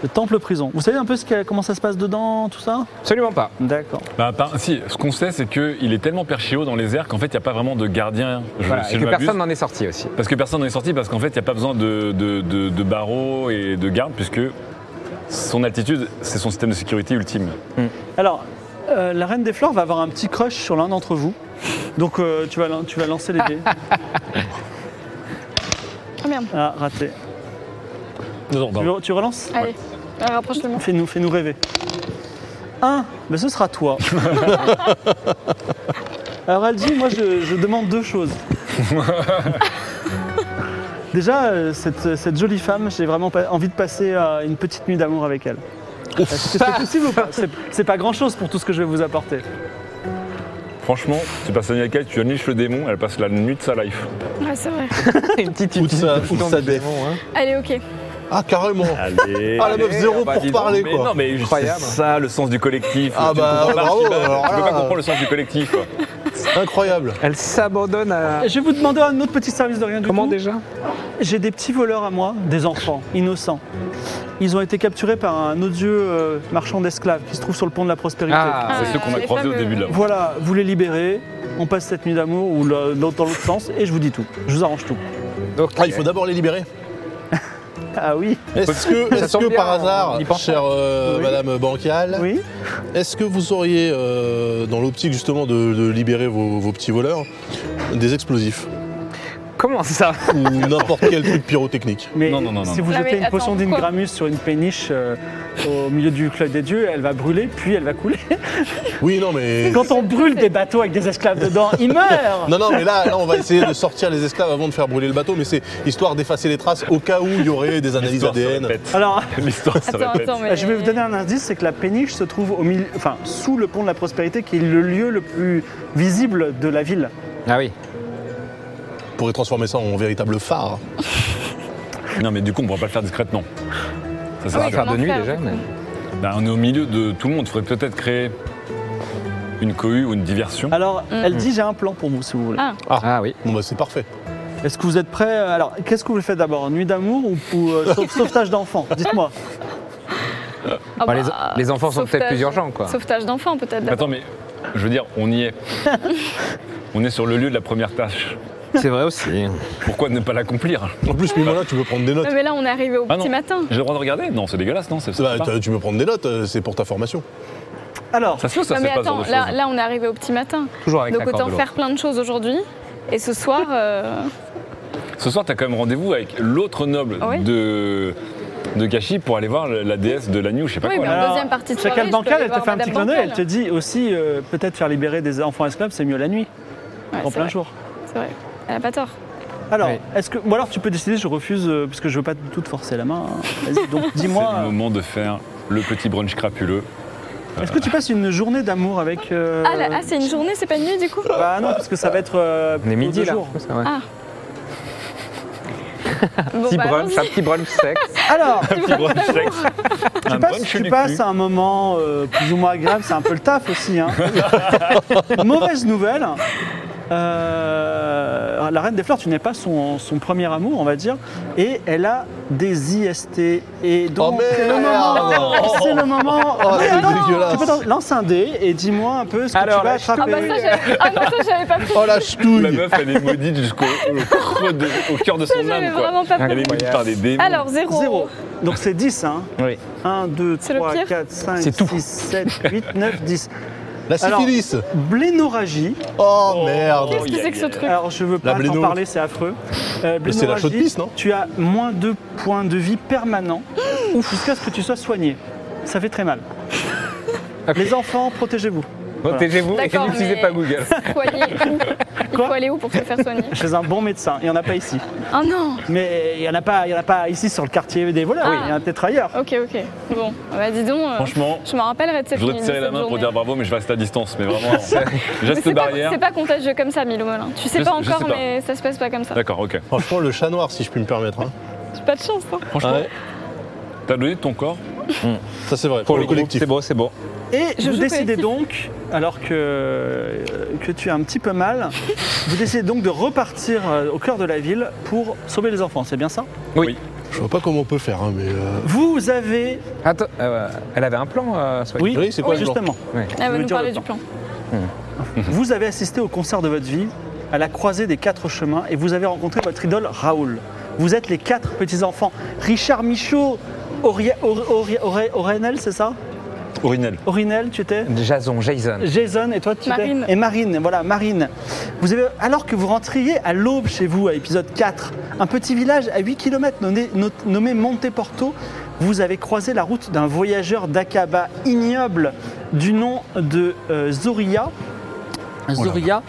Speaker 2: le temple prison. Vous savez un peu ce qu'il y a- comment ça se passe dedans, tout ça
Speaker 6: Absolument pas.
Speaker 2: D'accord.
Speaker 5: Bah, à part- si, ce qu'on sait, c'est qu'il est tellement perché haut dans les airs qu'en fait, il n'y a pas vraiment de gardien. Je-
Speaker 6: Voilà,
Speaker 5: si
Speaker 6: et
Speaker 5: je
Speaker 6: que
Speaker 5: m'abuse.
Speaker 6: personne n'en est sorti aussi.
Speaker 5: Parce que personne n'en est sorti, parce qu'en fait, il n'y a pas besoin de, de- de- de barreaux et de gardes, puisque son altitude, c'est son système de sécurité ultime.
Speaker 2: Alors, euh, la reine des fleurs va avoir un petit crush sur l'un d'entre vous. Donc euh, tu, vas, lan- tu vas lancer les dés.
Speaker 4: Ah merde,
Speaker 2: Ah, raté.
Speaker 5: Non, non,
Speaker 2: Tu,
Speaker 5: non.
Speaker 2: re- tu relances
Speaker 4: allez, euh,
Speaker 2: Ah,
Speaker 4: rapproche-le-moi.
Speaker 2: Fais-nous fais-nous rêver. Un, mais ce sera toi. Alors elle dit, moi je, je demande deux choses. Déjà, euh, cette, cette jolie femme, j'ai vraiment pas- envie de passer euh, une petite nuit d'amour avec elle. Est-ce que c'est possible ou pas C'est- C'est pas grand-chose pour tout ce que je vais vous apporter.
Speaker 5: Franchement, tu passes la nuit avec elle, tu niches le démon, elle passe la nuit de sa life.
Speaker 4: Ouais, c'est vrai.
Speaker 6: Une petite
Speaker 3: Ou de sa- ou de
Speaker 6: dans
Speaker 3: sa
Speaker 6: le
Speaker 3: def.
Speaker 6: démon, hein.
Speaker 4: Allez, ok.
Speaker 3: Ah, carrément
Speaker 5: Allez
Speaker 3: Ah, la meuf
Speaker 6: Allez,
Speaker 3: zéro
Speaker 6: ah bah, dis
Speaker 3: pour
Speaker 6: donc,
Speaker 3: parler,
Speaker 5: Mais non,
Speaker 3: quoi
Speaker 5: mais c'est
Speaker 6: Incroyable.
Speaker 5: ça le sens du collectif.
Speaker 3: Ah
Speaker 5: Tu
Speaker 3: bah,
Speaker 5: comprends pas,
Speaker 3: bravo,
Speaker 5: Archibald.
Speaker 3: alors
Speaker 5: Je peux
Speaker 3: là.
Speaker 5: pas comprendre le sens du collectif. quoi.
Speaker 3: Incroyable
Speaker 6: Elle s'abandonne à.
Speaker 2: Et Ah, Je vais vous demander un autre petit service de rien du
Speaker 6: Comment
Speaker 2: tout.
Speaker 6: déjà
Speaker 2: J'ai des petits voleurs à moi, des enfants, innocents. Ils ont été capturés par un odieux euh, marchand d'esclaves qui se trouve sur le pont de la prospérité.
Speaker 6: Ah,
Speaker 5: C'est
Speaker 4: ouais,
Speaker 5: ceux qu'on a
Speaker 4: les
Speaker 5: croisés au
Speaker 4: femmes, euh,
Speaker 5: début de la
Speaker 2: Voilà, vous les libérez, on passe cette nuit d'amour ou le- l'autre dans l'autre sens et je vous dis tout. Je vous arrange tout.
Speaker 6: Ok.
Speaker 3: Ah, il faut d'abord les libérer.
Speaker 2: Ah oui
Speaker 3: Est-ce que, est-ce
Speaker 6: tombe
Speaker 3: que
Speaker 6: bien,
Speaker 3: par
Speaker 6: on
Speaker 3: hasard,
Speaker 6: y pense
Speaker 3: chère euh,
Speaker 2: Oui.
Speaker 3: Madame Bancal,
Speaker 2: Oui
Speaker 3: est-ce que vous auriez, euh, dans l'optique justement de, de libérer vos, vos petits voleurs, des explosifs
Speaker 6: Comment ça
Speaker 3: ou n'importe quel truc pyrotechnique.
Speaker 2: Mais
Speaker 5: Non, non, non, non.
Speaker 2: si vous
Speaker 4: Ah,
Speaker 2: jetez
Speaker 4: mais
Speaker 2: une potion
Speaker 4: attends, pourquoi
Speaker 2: d'Ingramus sur une péniche euh, au milieu du club des dieux, elle va brûler, puis elle va couler.
Speaker 3: Oui, non, mais.
Speaker 2: Quand on brûle des bateaux avec des esclaves dedans, ils meurent
Speaker 3: Non, non, mais là, là, on va essayer de sortir les esclaves avant de faire brûler le bateau, mais c'est histoire d'effacer les traces au cas où il y aurait des analyses
Speaker 5: L'histoire se
Speaker 3: ADN.
Speaker 5: répète.
Speaker 2: Alors,
Speaker 5: L'histoire se
Speaker 4: Attends,
Speaker 5: répète.
Speaker 4: attends, mais.
Speaker 2: Ah, je vais vous donner un indice, c'est que la péniche se trouve au milieu, enfin, sous le pont de la prospérité, qui est le lieu le plus visible de la ville.
Speaker 6: Ah oui.
Speaker 3: On pourrait transformer ça en véritable phare.
Speaker 5: Non, mais du coup, on pourra pas le faire discrètement. Ça,
Speaker 4: Ah
Speaker 5: c'est
Speaker 4: oui,
Speaker 6: va
Speaker 5: sûr.
Speaker 6: faire
Speaker 4: comment
Speaker 6: de nuit
Speaker 4: faire,
Speaker 6: déjà,
Speaker 4: du
Speaker 6: mais-
Speaker 4: coup
Speaker 5: Bah, on est au milieu de tout le monde. Il faudrait peut-être créer une cohue ou une diversion.
Speaker 2: Alors, elle
Speaker 4: Mm.
Speaker 2: dit j'ai un plan pour vous, si vous voulez.
Speaker 4: Ah.
Speaker 6: Ah oui.
Speaker 3: Bon, bah, c'est parfait.
Speaker 2: Est-ce que vous êtes prêts Alors, qu'est-ce que vous faites d'abord Nuit d'amour ou, ou, euh, sau- sauvetage d'enfants Dites-moi.
Speaker 4: Ah
Speaker 6: Enfin, les-
Speaker 4: bah,
Speaker 6: les enfants sont
Speaker 4: sauvetage-
Speaker 6: peut-être plus urgents, quoi.
Speaker 4: Sauvetage d'enfants, peut-être.
Speaker 5: Attends, mais je veux dire, on y est. on est sur le lieu de la première tâche.
Speaker 6: C'est vrai aussi.
Speaker 5: Pourquoi ne pas l'accomplir
Speaker 3: En plus, Mimona, tu peux prendre des notes.
Speaker 4: Non, mais là, on est arrivé au
Speaker 5: Ah non.
Speaker 4: petit matin.
Speaker 5: J'ai le droit de regarder Non, c'est dégueulasse, non c'est-
Speaker 3: Bah,
Speaker 5: c'est pas-
Speaker 3: tu peux prendre des notes, euh, c'est pour ta formation.
Speaker 2: Alors,
Speaker 5: Ça se fait, ça
Speaker 4: non,
Speaker 5: c'est
Speaker 4: mais
Speaker 5: pas ce genre
Speaker 4: attends,
Speaker 5: de
Speaker 4: là,
Speaker 5: choses. hein?
Speaker 4: là, on est arrivé au petit matin.
Speaker 6: Toujours avec
Speaker 4: Donc,
Speaker 6: la corde
Speaker 4: autant
Speaker 6: de l'autre.
Speaker 4: faire plein de choses aujourd'hui. Et ce soir, euh,
Speaker 5: Ce soir, t'as quand même rendez-vous avec l'autre noble
Speaker 4: Ah oui
Speaker 5: de de Kashi pour aller voir la déesse de la nuit ou je sais pas
Speaker 4: Oui, bah
Speaker 5: quoi.
Speaker 4: mais
Speaker 5: là.
Speaker 4: en deuxième partie de soirée,
Speaker 2: Chacal
Speaker 4: je peux
Speaker 2: Bancal,
Speaker 4: aller
Speaker 2: elle te
Speaker 4: voir
Speaker 2: fait un
Speaker 4: Madame
Speaker 2: petit clin d'œil,
Speaker 4: Bancal.
Speaker 2: elle te dit aussi euh, peut-être faire libérer des enfants esclaves, c'est mieux la nuit,
Speaker 4: ouais,
Speaker 2: en
Speaker 4: c'est
Speaker 2: plein
Speaker 4: vrai,
Speaker 2: jour.
Speaker 4: C'est vrai. Elle a pas tort.
Speaker 2: Alors,
Speaker 6: Oui.
Speaker 2: est-ce que. Ou alors tu peux décider, je refuse, euh, parce que je veux pas du tout te forcer la main. hein. Vas-y, donc
Speaker 5: C'est
Speaker 2: dis-moi,
Speaker 5: le moment de faire le petit brunch crapuleux.
Speaker 2: euh, est-ce que tu passes une journée d'amour avec. euh,
Speaker 4: Ah, là, ah, c'est une journée, c'est pas une nuit du coup
Speaker 2: Bah non, parce que ça va être. euh,
Speaker 6: On est
Speaker 2: plutôt
Speaker 6: midi
Speaker 2: deux
Speaker 6: là.
Speaker 2: jours.
Speaker 6: Ça, ouais.
Speaker 4: Ah. Bon,
Speaker 6: Petit
Speaker 4: bah,
Speaker 6: brunch, un
Speaker 4: allons-y.
Speaker 6: petit brunch sexe.
Speaker 2: Alors,
Speaker 5: Petit brunch sexe.
Speaker 2: tu
Speaker 3: Ah,
Speaker 5: Un
Speaker 2: passes,
Speaker 5: brunch
Speaker 2: tu
Speaker 5: nu
Speaker 2: passes
Speaker 5: cul.
Speaker 2: à un moment euh, plus ou moins agréable, c'est un peu le taf aussi. hein. Mauvaise nouvelle. euh, la reine des fleurs, tu n'es pas son, son premier amour, on va dire, et elle a des IST. Et donc,
Speaker 3: Oh, merde
Speaker 2: c'est le moment.
Speaker 3: Oh, oh,
Speaker 2: c'est le moment.
Speaker 3: oh,
Speaker 2: Mais
Speaker 3: c'est
Speaker 2: non,
Speaker 3: dégueulasse.
Speaker 2: tu peux t'en- lance un dé et dis-moi un peu ce que
Speaker 6: Alors,
Speaker 2: tu vas
Speaker 6: là, je te-
Speaker 4: Ah,
Speaker 2: attraper.
Speaker 4: bah ça, j'avais- ah non, ça, j'avais pas pris.
Speaker 3: Oh la
Speaker 5: La
Speaker 3: ch'touille
Speaker 5: meuf, elle est maudite jusqu'au au creux de- au cœur de son
Speaker 4: J'avais
Speaker 5: âme. quoi. Mmh.
Speaker 4: vraiment pas pris.
Speaker 5: Elle est maudite par des démons.
Speaker 4: Alors, zéro.
Speaker 2: Zéro. Donc c'est 10, hein
Speaker 6: Oui.
Speaker 2: 1, 2,
Speaker 4: C'est le
Speaker 2: 3,
Speaker 4: pire
Speaker 2: 4, 5,
Speaker 6: C'est tout.
Speaker 2: 6, 7, 8, 9, 10.
Speaker 3: La
Speaker 2: Alors-
Speaker 3: syphilis
Speaker 2: Blénorragie.
Speaker 3: Oh,
Speaker 5: Oh,
Speaker 3: merde
Speaker 4: Qu'est-ce que c'est que ce truc
Speaker 2: Alors je veux pas
Speaker 3: La
Speaker 2: t'en
Speaker 3: bléno.
Speaker 2: parler, c'est affreux. Euh,
Speaker 3: Mais c'est la chaude
Speaker 2: blénorragie,
Speaker 3: pisse, non
Speaker 2: Tu as moins 2 points de vie permanents jusqu'à ce que tu sois soigné. Ça fait très mal.
Speaker 6: Ok.
Speaker 2: Les enfants, protégez-vous.
Speaker 6: Protégez-vous et
Speaker 4: D'accord,
Speaker 6: n'utilisez
Speaker 4: mais-
Speaker 6: pas Google.
Speaker 4: Soigner où Il
Speaker 2: Quoi
Speaker 4: faut aller où pour se faire soigner
Speaker 2: Chez un bon médecin. Il n'y en a pas ici.
Speaker 4: Ah non
Speaker 2: Mais il n'y en, a pas- il y en a pas ici sur le quartier des voleurs.
Speaker 4: Oui. Oh.
Speaker 2: Il y en a peut-être ailleurs.
Speaker 4: Ok, ok. Bon, bah dis donc. euh,
Speaker 5: Franchement,
Speaker 4: Je m'en rappellerai de cette
Speaker 5: je voudrais
Speaker 4: nuit,
Speaker 5: te
Speaker 4: de
Speaker 5: serrer la
Speaker 4: cette
Speaker 5: main pour
Speaker 4: journée.
Speaker 5: dire bravo, mais je reste à distance. Mais vraiment,
Speaker 4: Mais
Speaker 5: geste
Speaker 4: c'est pas-
Speaker 5: barrière.
Speaker 4: C'est pas contagieux comme ça, Milo Molin. Tu sais
Speaker 5: Je-
Speaker 4: pas
Speaker 5: je
Speaker 4: encore,
Speaker 5: sais pas.
Speaker 4: mais ça se passe pas comme ça.
Speaker 5: D'accord, ok.
Speaker 3: Franchement, le chat noir, si je puis me permettre. hein.
Speaker 4: J'ai pas de chance, hein.
Speaker 5: Franchement, t'as donné de ton corps.
Speaker 3: Ça, c'est vrai, pour, le
Speaker 6: groupe,
Speaker 3: collectif.
Speaker 6: C'est beau, c'est beau.
Speaker 2: Et
Speaker 4: Je
Speaker 2: vous
Speaker 4: joue
Speaker 2: décidez
Speaker 4: collectif.
Speaker 2: donc, alors que, euh, que tu as un petit peu mal, vous décidez donc de repartir euh, au cœur de la ville pour sauver les enfants, c'est bien ça
Speaker 3: Je vois pas comment on peut faire, hein, mais. euh,
Speaker 2: Vous avez...
Speaker 6: Attends, euh, elle avait un plan, euh, Swag
Speaker 2: Oui,
Speaker 3: Oui, c'est quoi le plan
Speaker 2: justement.
Speaker 4: Elle
Speaker 2: veux
Speaker 4: va Ah nous
Speaker 2: dire
Speaker 4: parler
Speaker 2: le
Speaker 4: du plan.
Speaker 2: Vous avez assisté au concert de votre vie, à la croisée des quatre chemins, et vous avez rencontré votre idole Raoul. Vous êtes les quatre petits-enfants. Richard Michaud, Auria- Aur- Aur- Aur- Aurinel, c'est ça
Speaker 5: Orinel.
Speaker 2: Aurinel, tu étais
Speaker 6: Jason, Jason.
Speaker 2: Jason et toi tu t'es-
Speaker 4: Marine.
Speaker 2: et Marine voilà Marine vous avez alors que vous rentriez à l'aube chez vous à épisode 4 un petit village à 8 km nommé, no- nommé Monteporto vous avez croisé la route d'un voyageur d'Akaba ignoble du nom de euh, Zoria Zoria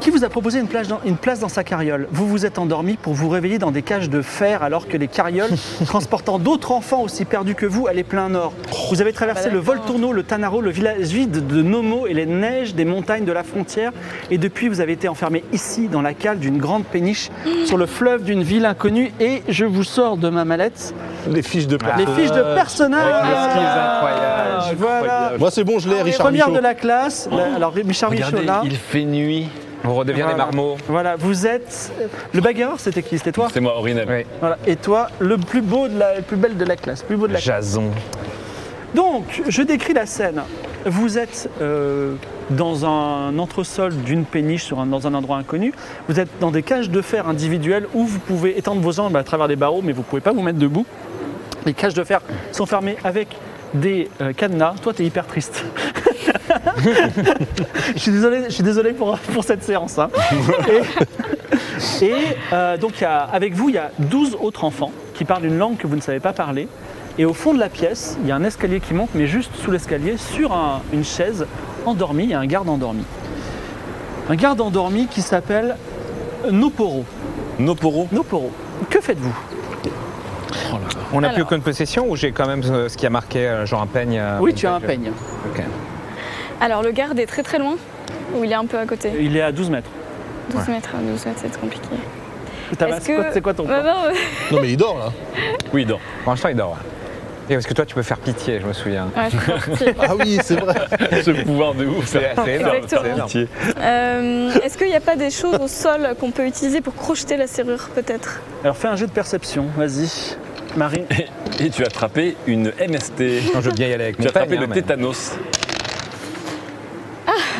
Speaker 2: qui vous a proposé une, plage dans- une place dans sa carriole Vous vous êtes endormi pour vous réveiller dans des cages de fer alors que les carrioles transportant d'autres enfants aussi perdus que vous allaient plein nord. Vous avez traversé le
Speaker 4: d'accord.
Speaker 2: Volturno, le Tanaro, le village vide de Nomo et les neiges des montagnes de la frontière. Et depuis, vous avez été enfermé ici dans la cale d'une grande péniche sur le fleuve d'une ville inconnue. Et je vous sors de ma mallette
Speaker 3: Les fiches de
Speaker 2: les
Speaker 3: personnages.
Speaker 2: fiches de personnages.
Speaker 6: Oh, les skis incroyables.
Speaker 2: Voilà.
Speaker 3: Euh, Moi, c'est bon, je l'ai, Richard
Speaker 2: Ah Première
Speaker 3: Michaud.
Speaker 2: de la classe. La- Alors Richard Michaud là.
Speaker 5: fait nuit.
Speaker 6: On redevient des
Speaker 2: Voilà.
Speaker 6: marmots.
Speaker 2: Voilà, vous êtes. Le bagarreur, c'était qui C'était toi
Speaker 5: C'est moi, Orinel.
Speaker 6: Oui.
Speaker 2: Voilà. Et toi, le plus beau de la, le plus belle de la classe, plus beau de la classe.
Speaker 6: Jason.
Speaker 2: Donc, je décris la scène. Vous êtes euh, dans un entresol d'une péniche, sur un- dans un endroit inconnu. Vous êtes dans des cages de fer individuelles où vous pouvez étendre vos jambes à travers des barreaux, mais vous ne pouvez pas vous mettre debout. Les cages de fer sont fermées avec des euh, cadenas. Toi, t'es hyper triste. je suis désolé, je suis désolé pour, pour cette séance. hein. Et- Et euh, donc, il y a- avec vous, il y a 12 autres enfants qui parlent une langue que vous ne savez pas parler. Et au fond de la pièce, il y a un escalier qui monte, mais juste sous l'escalier, sur un- une chaise endormie, il y a un garde endormi. Un garde endormi qui s'appelle Noporo.
Speaker 5: Noporo.
Speaker 2: Noporo, que faites-vous
Speaker 6: On n'a plus
Speaker 4: Alors.
Speaker 6: aucune possession ou j'ai quand même euh, ce qui a marqué, euh, genre un peigne euh,
Speaker 2: Oui,
Speaker 6: une
Speaker 2: tu as un
Speaker 6: page-
Speaker 2: peigne.
Speaker 6: Ok.
Speaker 4: Alors, le garde est très très loin ou il est un peu à côté
Speaker 2: Il est à 12 mètres.
Speaker 4: 12 mètres, 12 mètres, c'est compliqué.
Speaker 2: Ta masse,
Speaker 4: que-
Speaker 2: quoi- C'est quoi ton
Speaker 4: Bah
Speaker 2: plan
Speaker 4: non,
Speaker 3: Non, mais il dort là.
Speaker 5: Oui, il dort.
Speaker 6: Pour l'instant, il dort. Et parce que toi, tu peux faire pitié, je me souviens.
Speaker 4: ouais, je suis partie.
Speaker 3: Ah oui, c'est vrai.
Speaker 5: Ce pouvoir de ouf.
Speaker 6: C'est c'est énorme.
Speaker 4: Exactement.
Speaker 6: c'est énorme.
Speaker 5: Pitié.
Speaker 4: Euh, Est-ce qu'il n'y a pas des choses au sol qu'on peut utiliser pour crocheter la serrure, peut-être
Speaker 2: Alors fais un jet de perception, vas-y. Marie,
Speaker 5: Et tu as attrapé une MST.
Speaker 6: Non, je veux bien y aller avec
Speaker 5: Tu as
Speaker 6: mon
Speaker 5: attrapé
Speaker 6: peigne.
Speaker 5: le
Speaker 6: hein, mais-
Speaker 5: tétanos.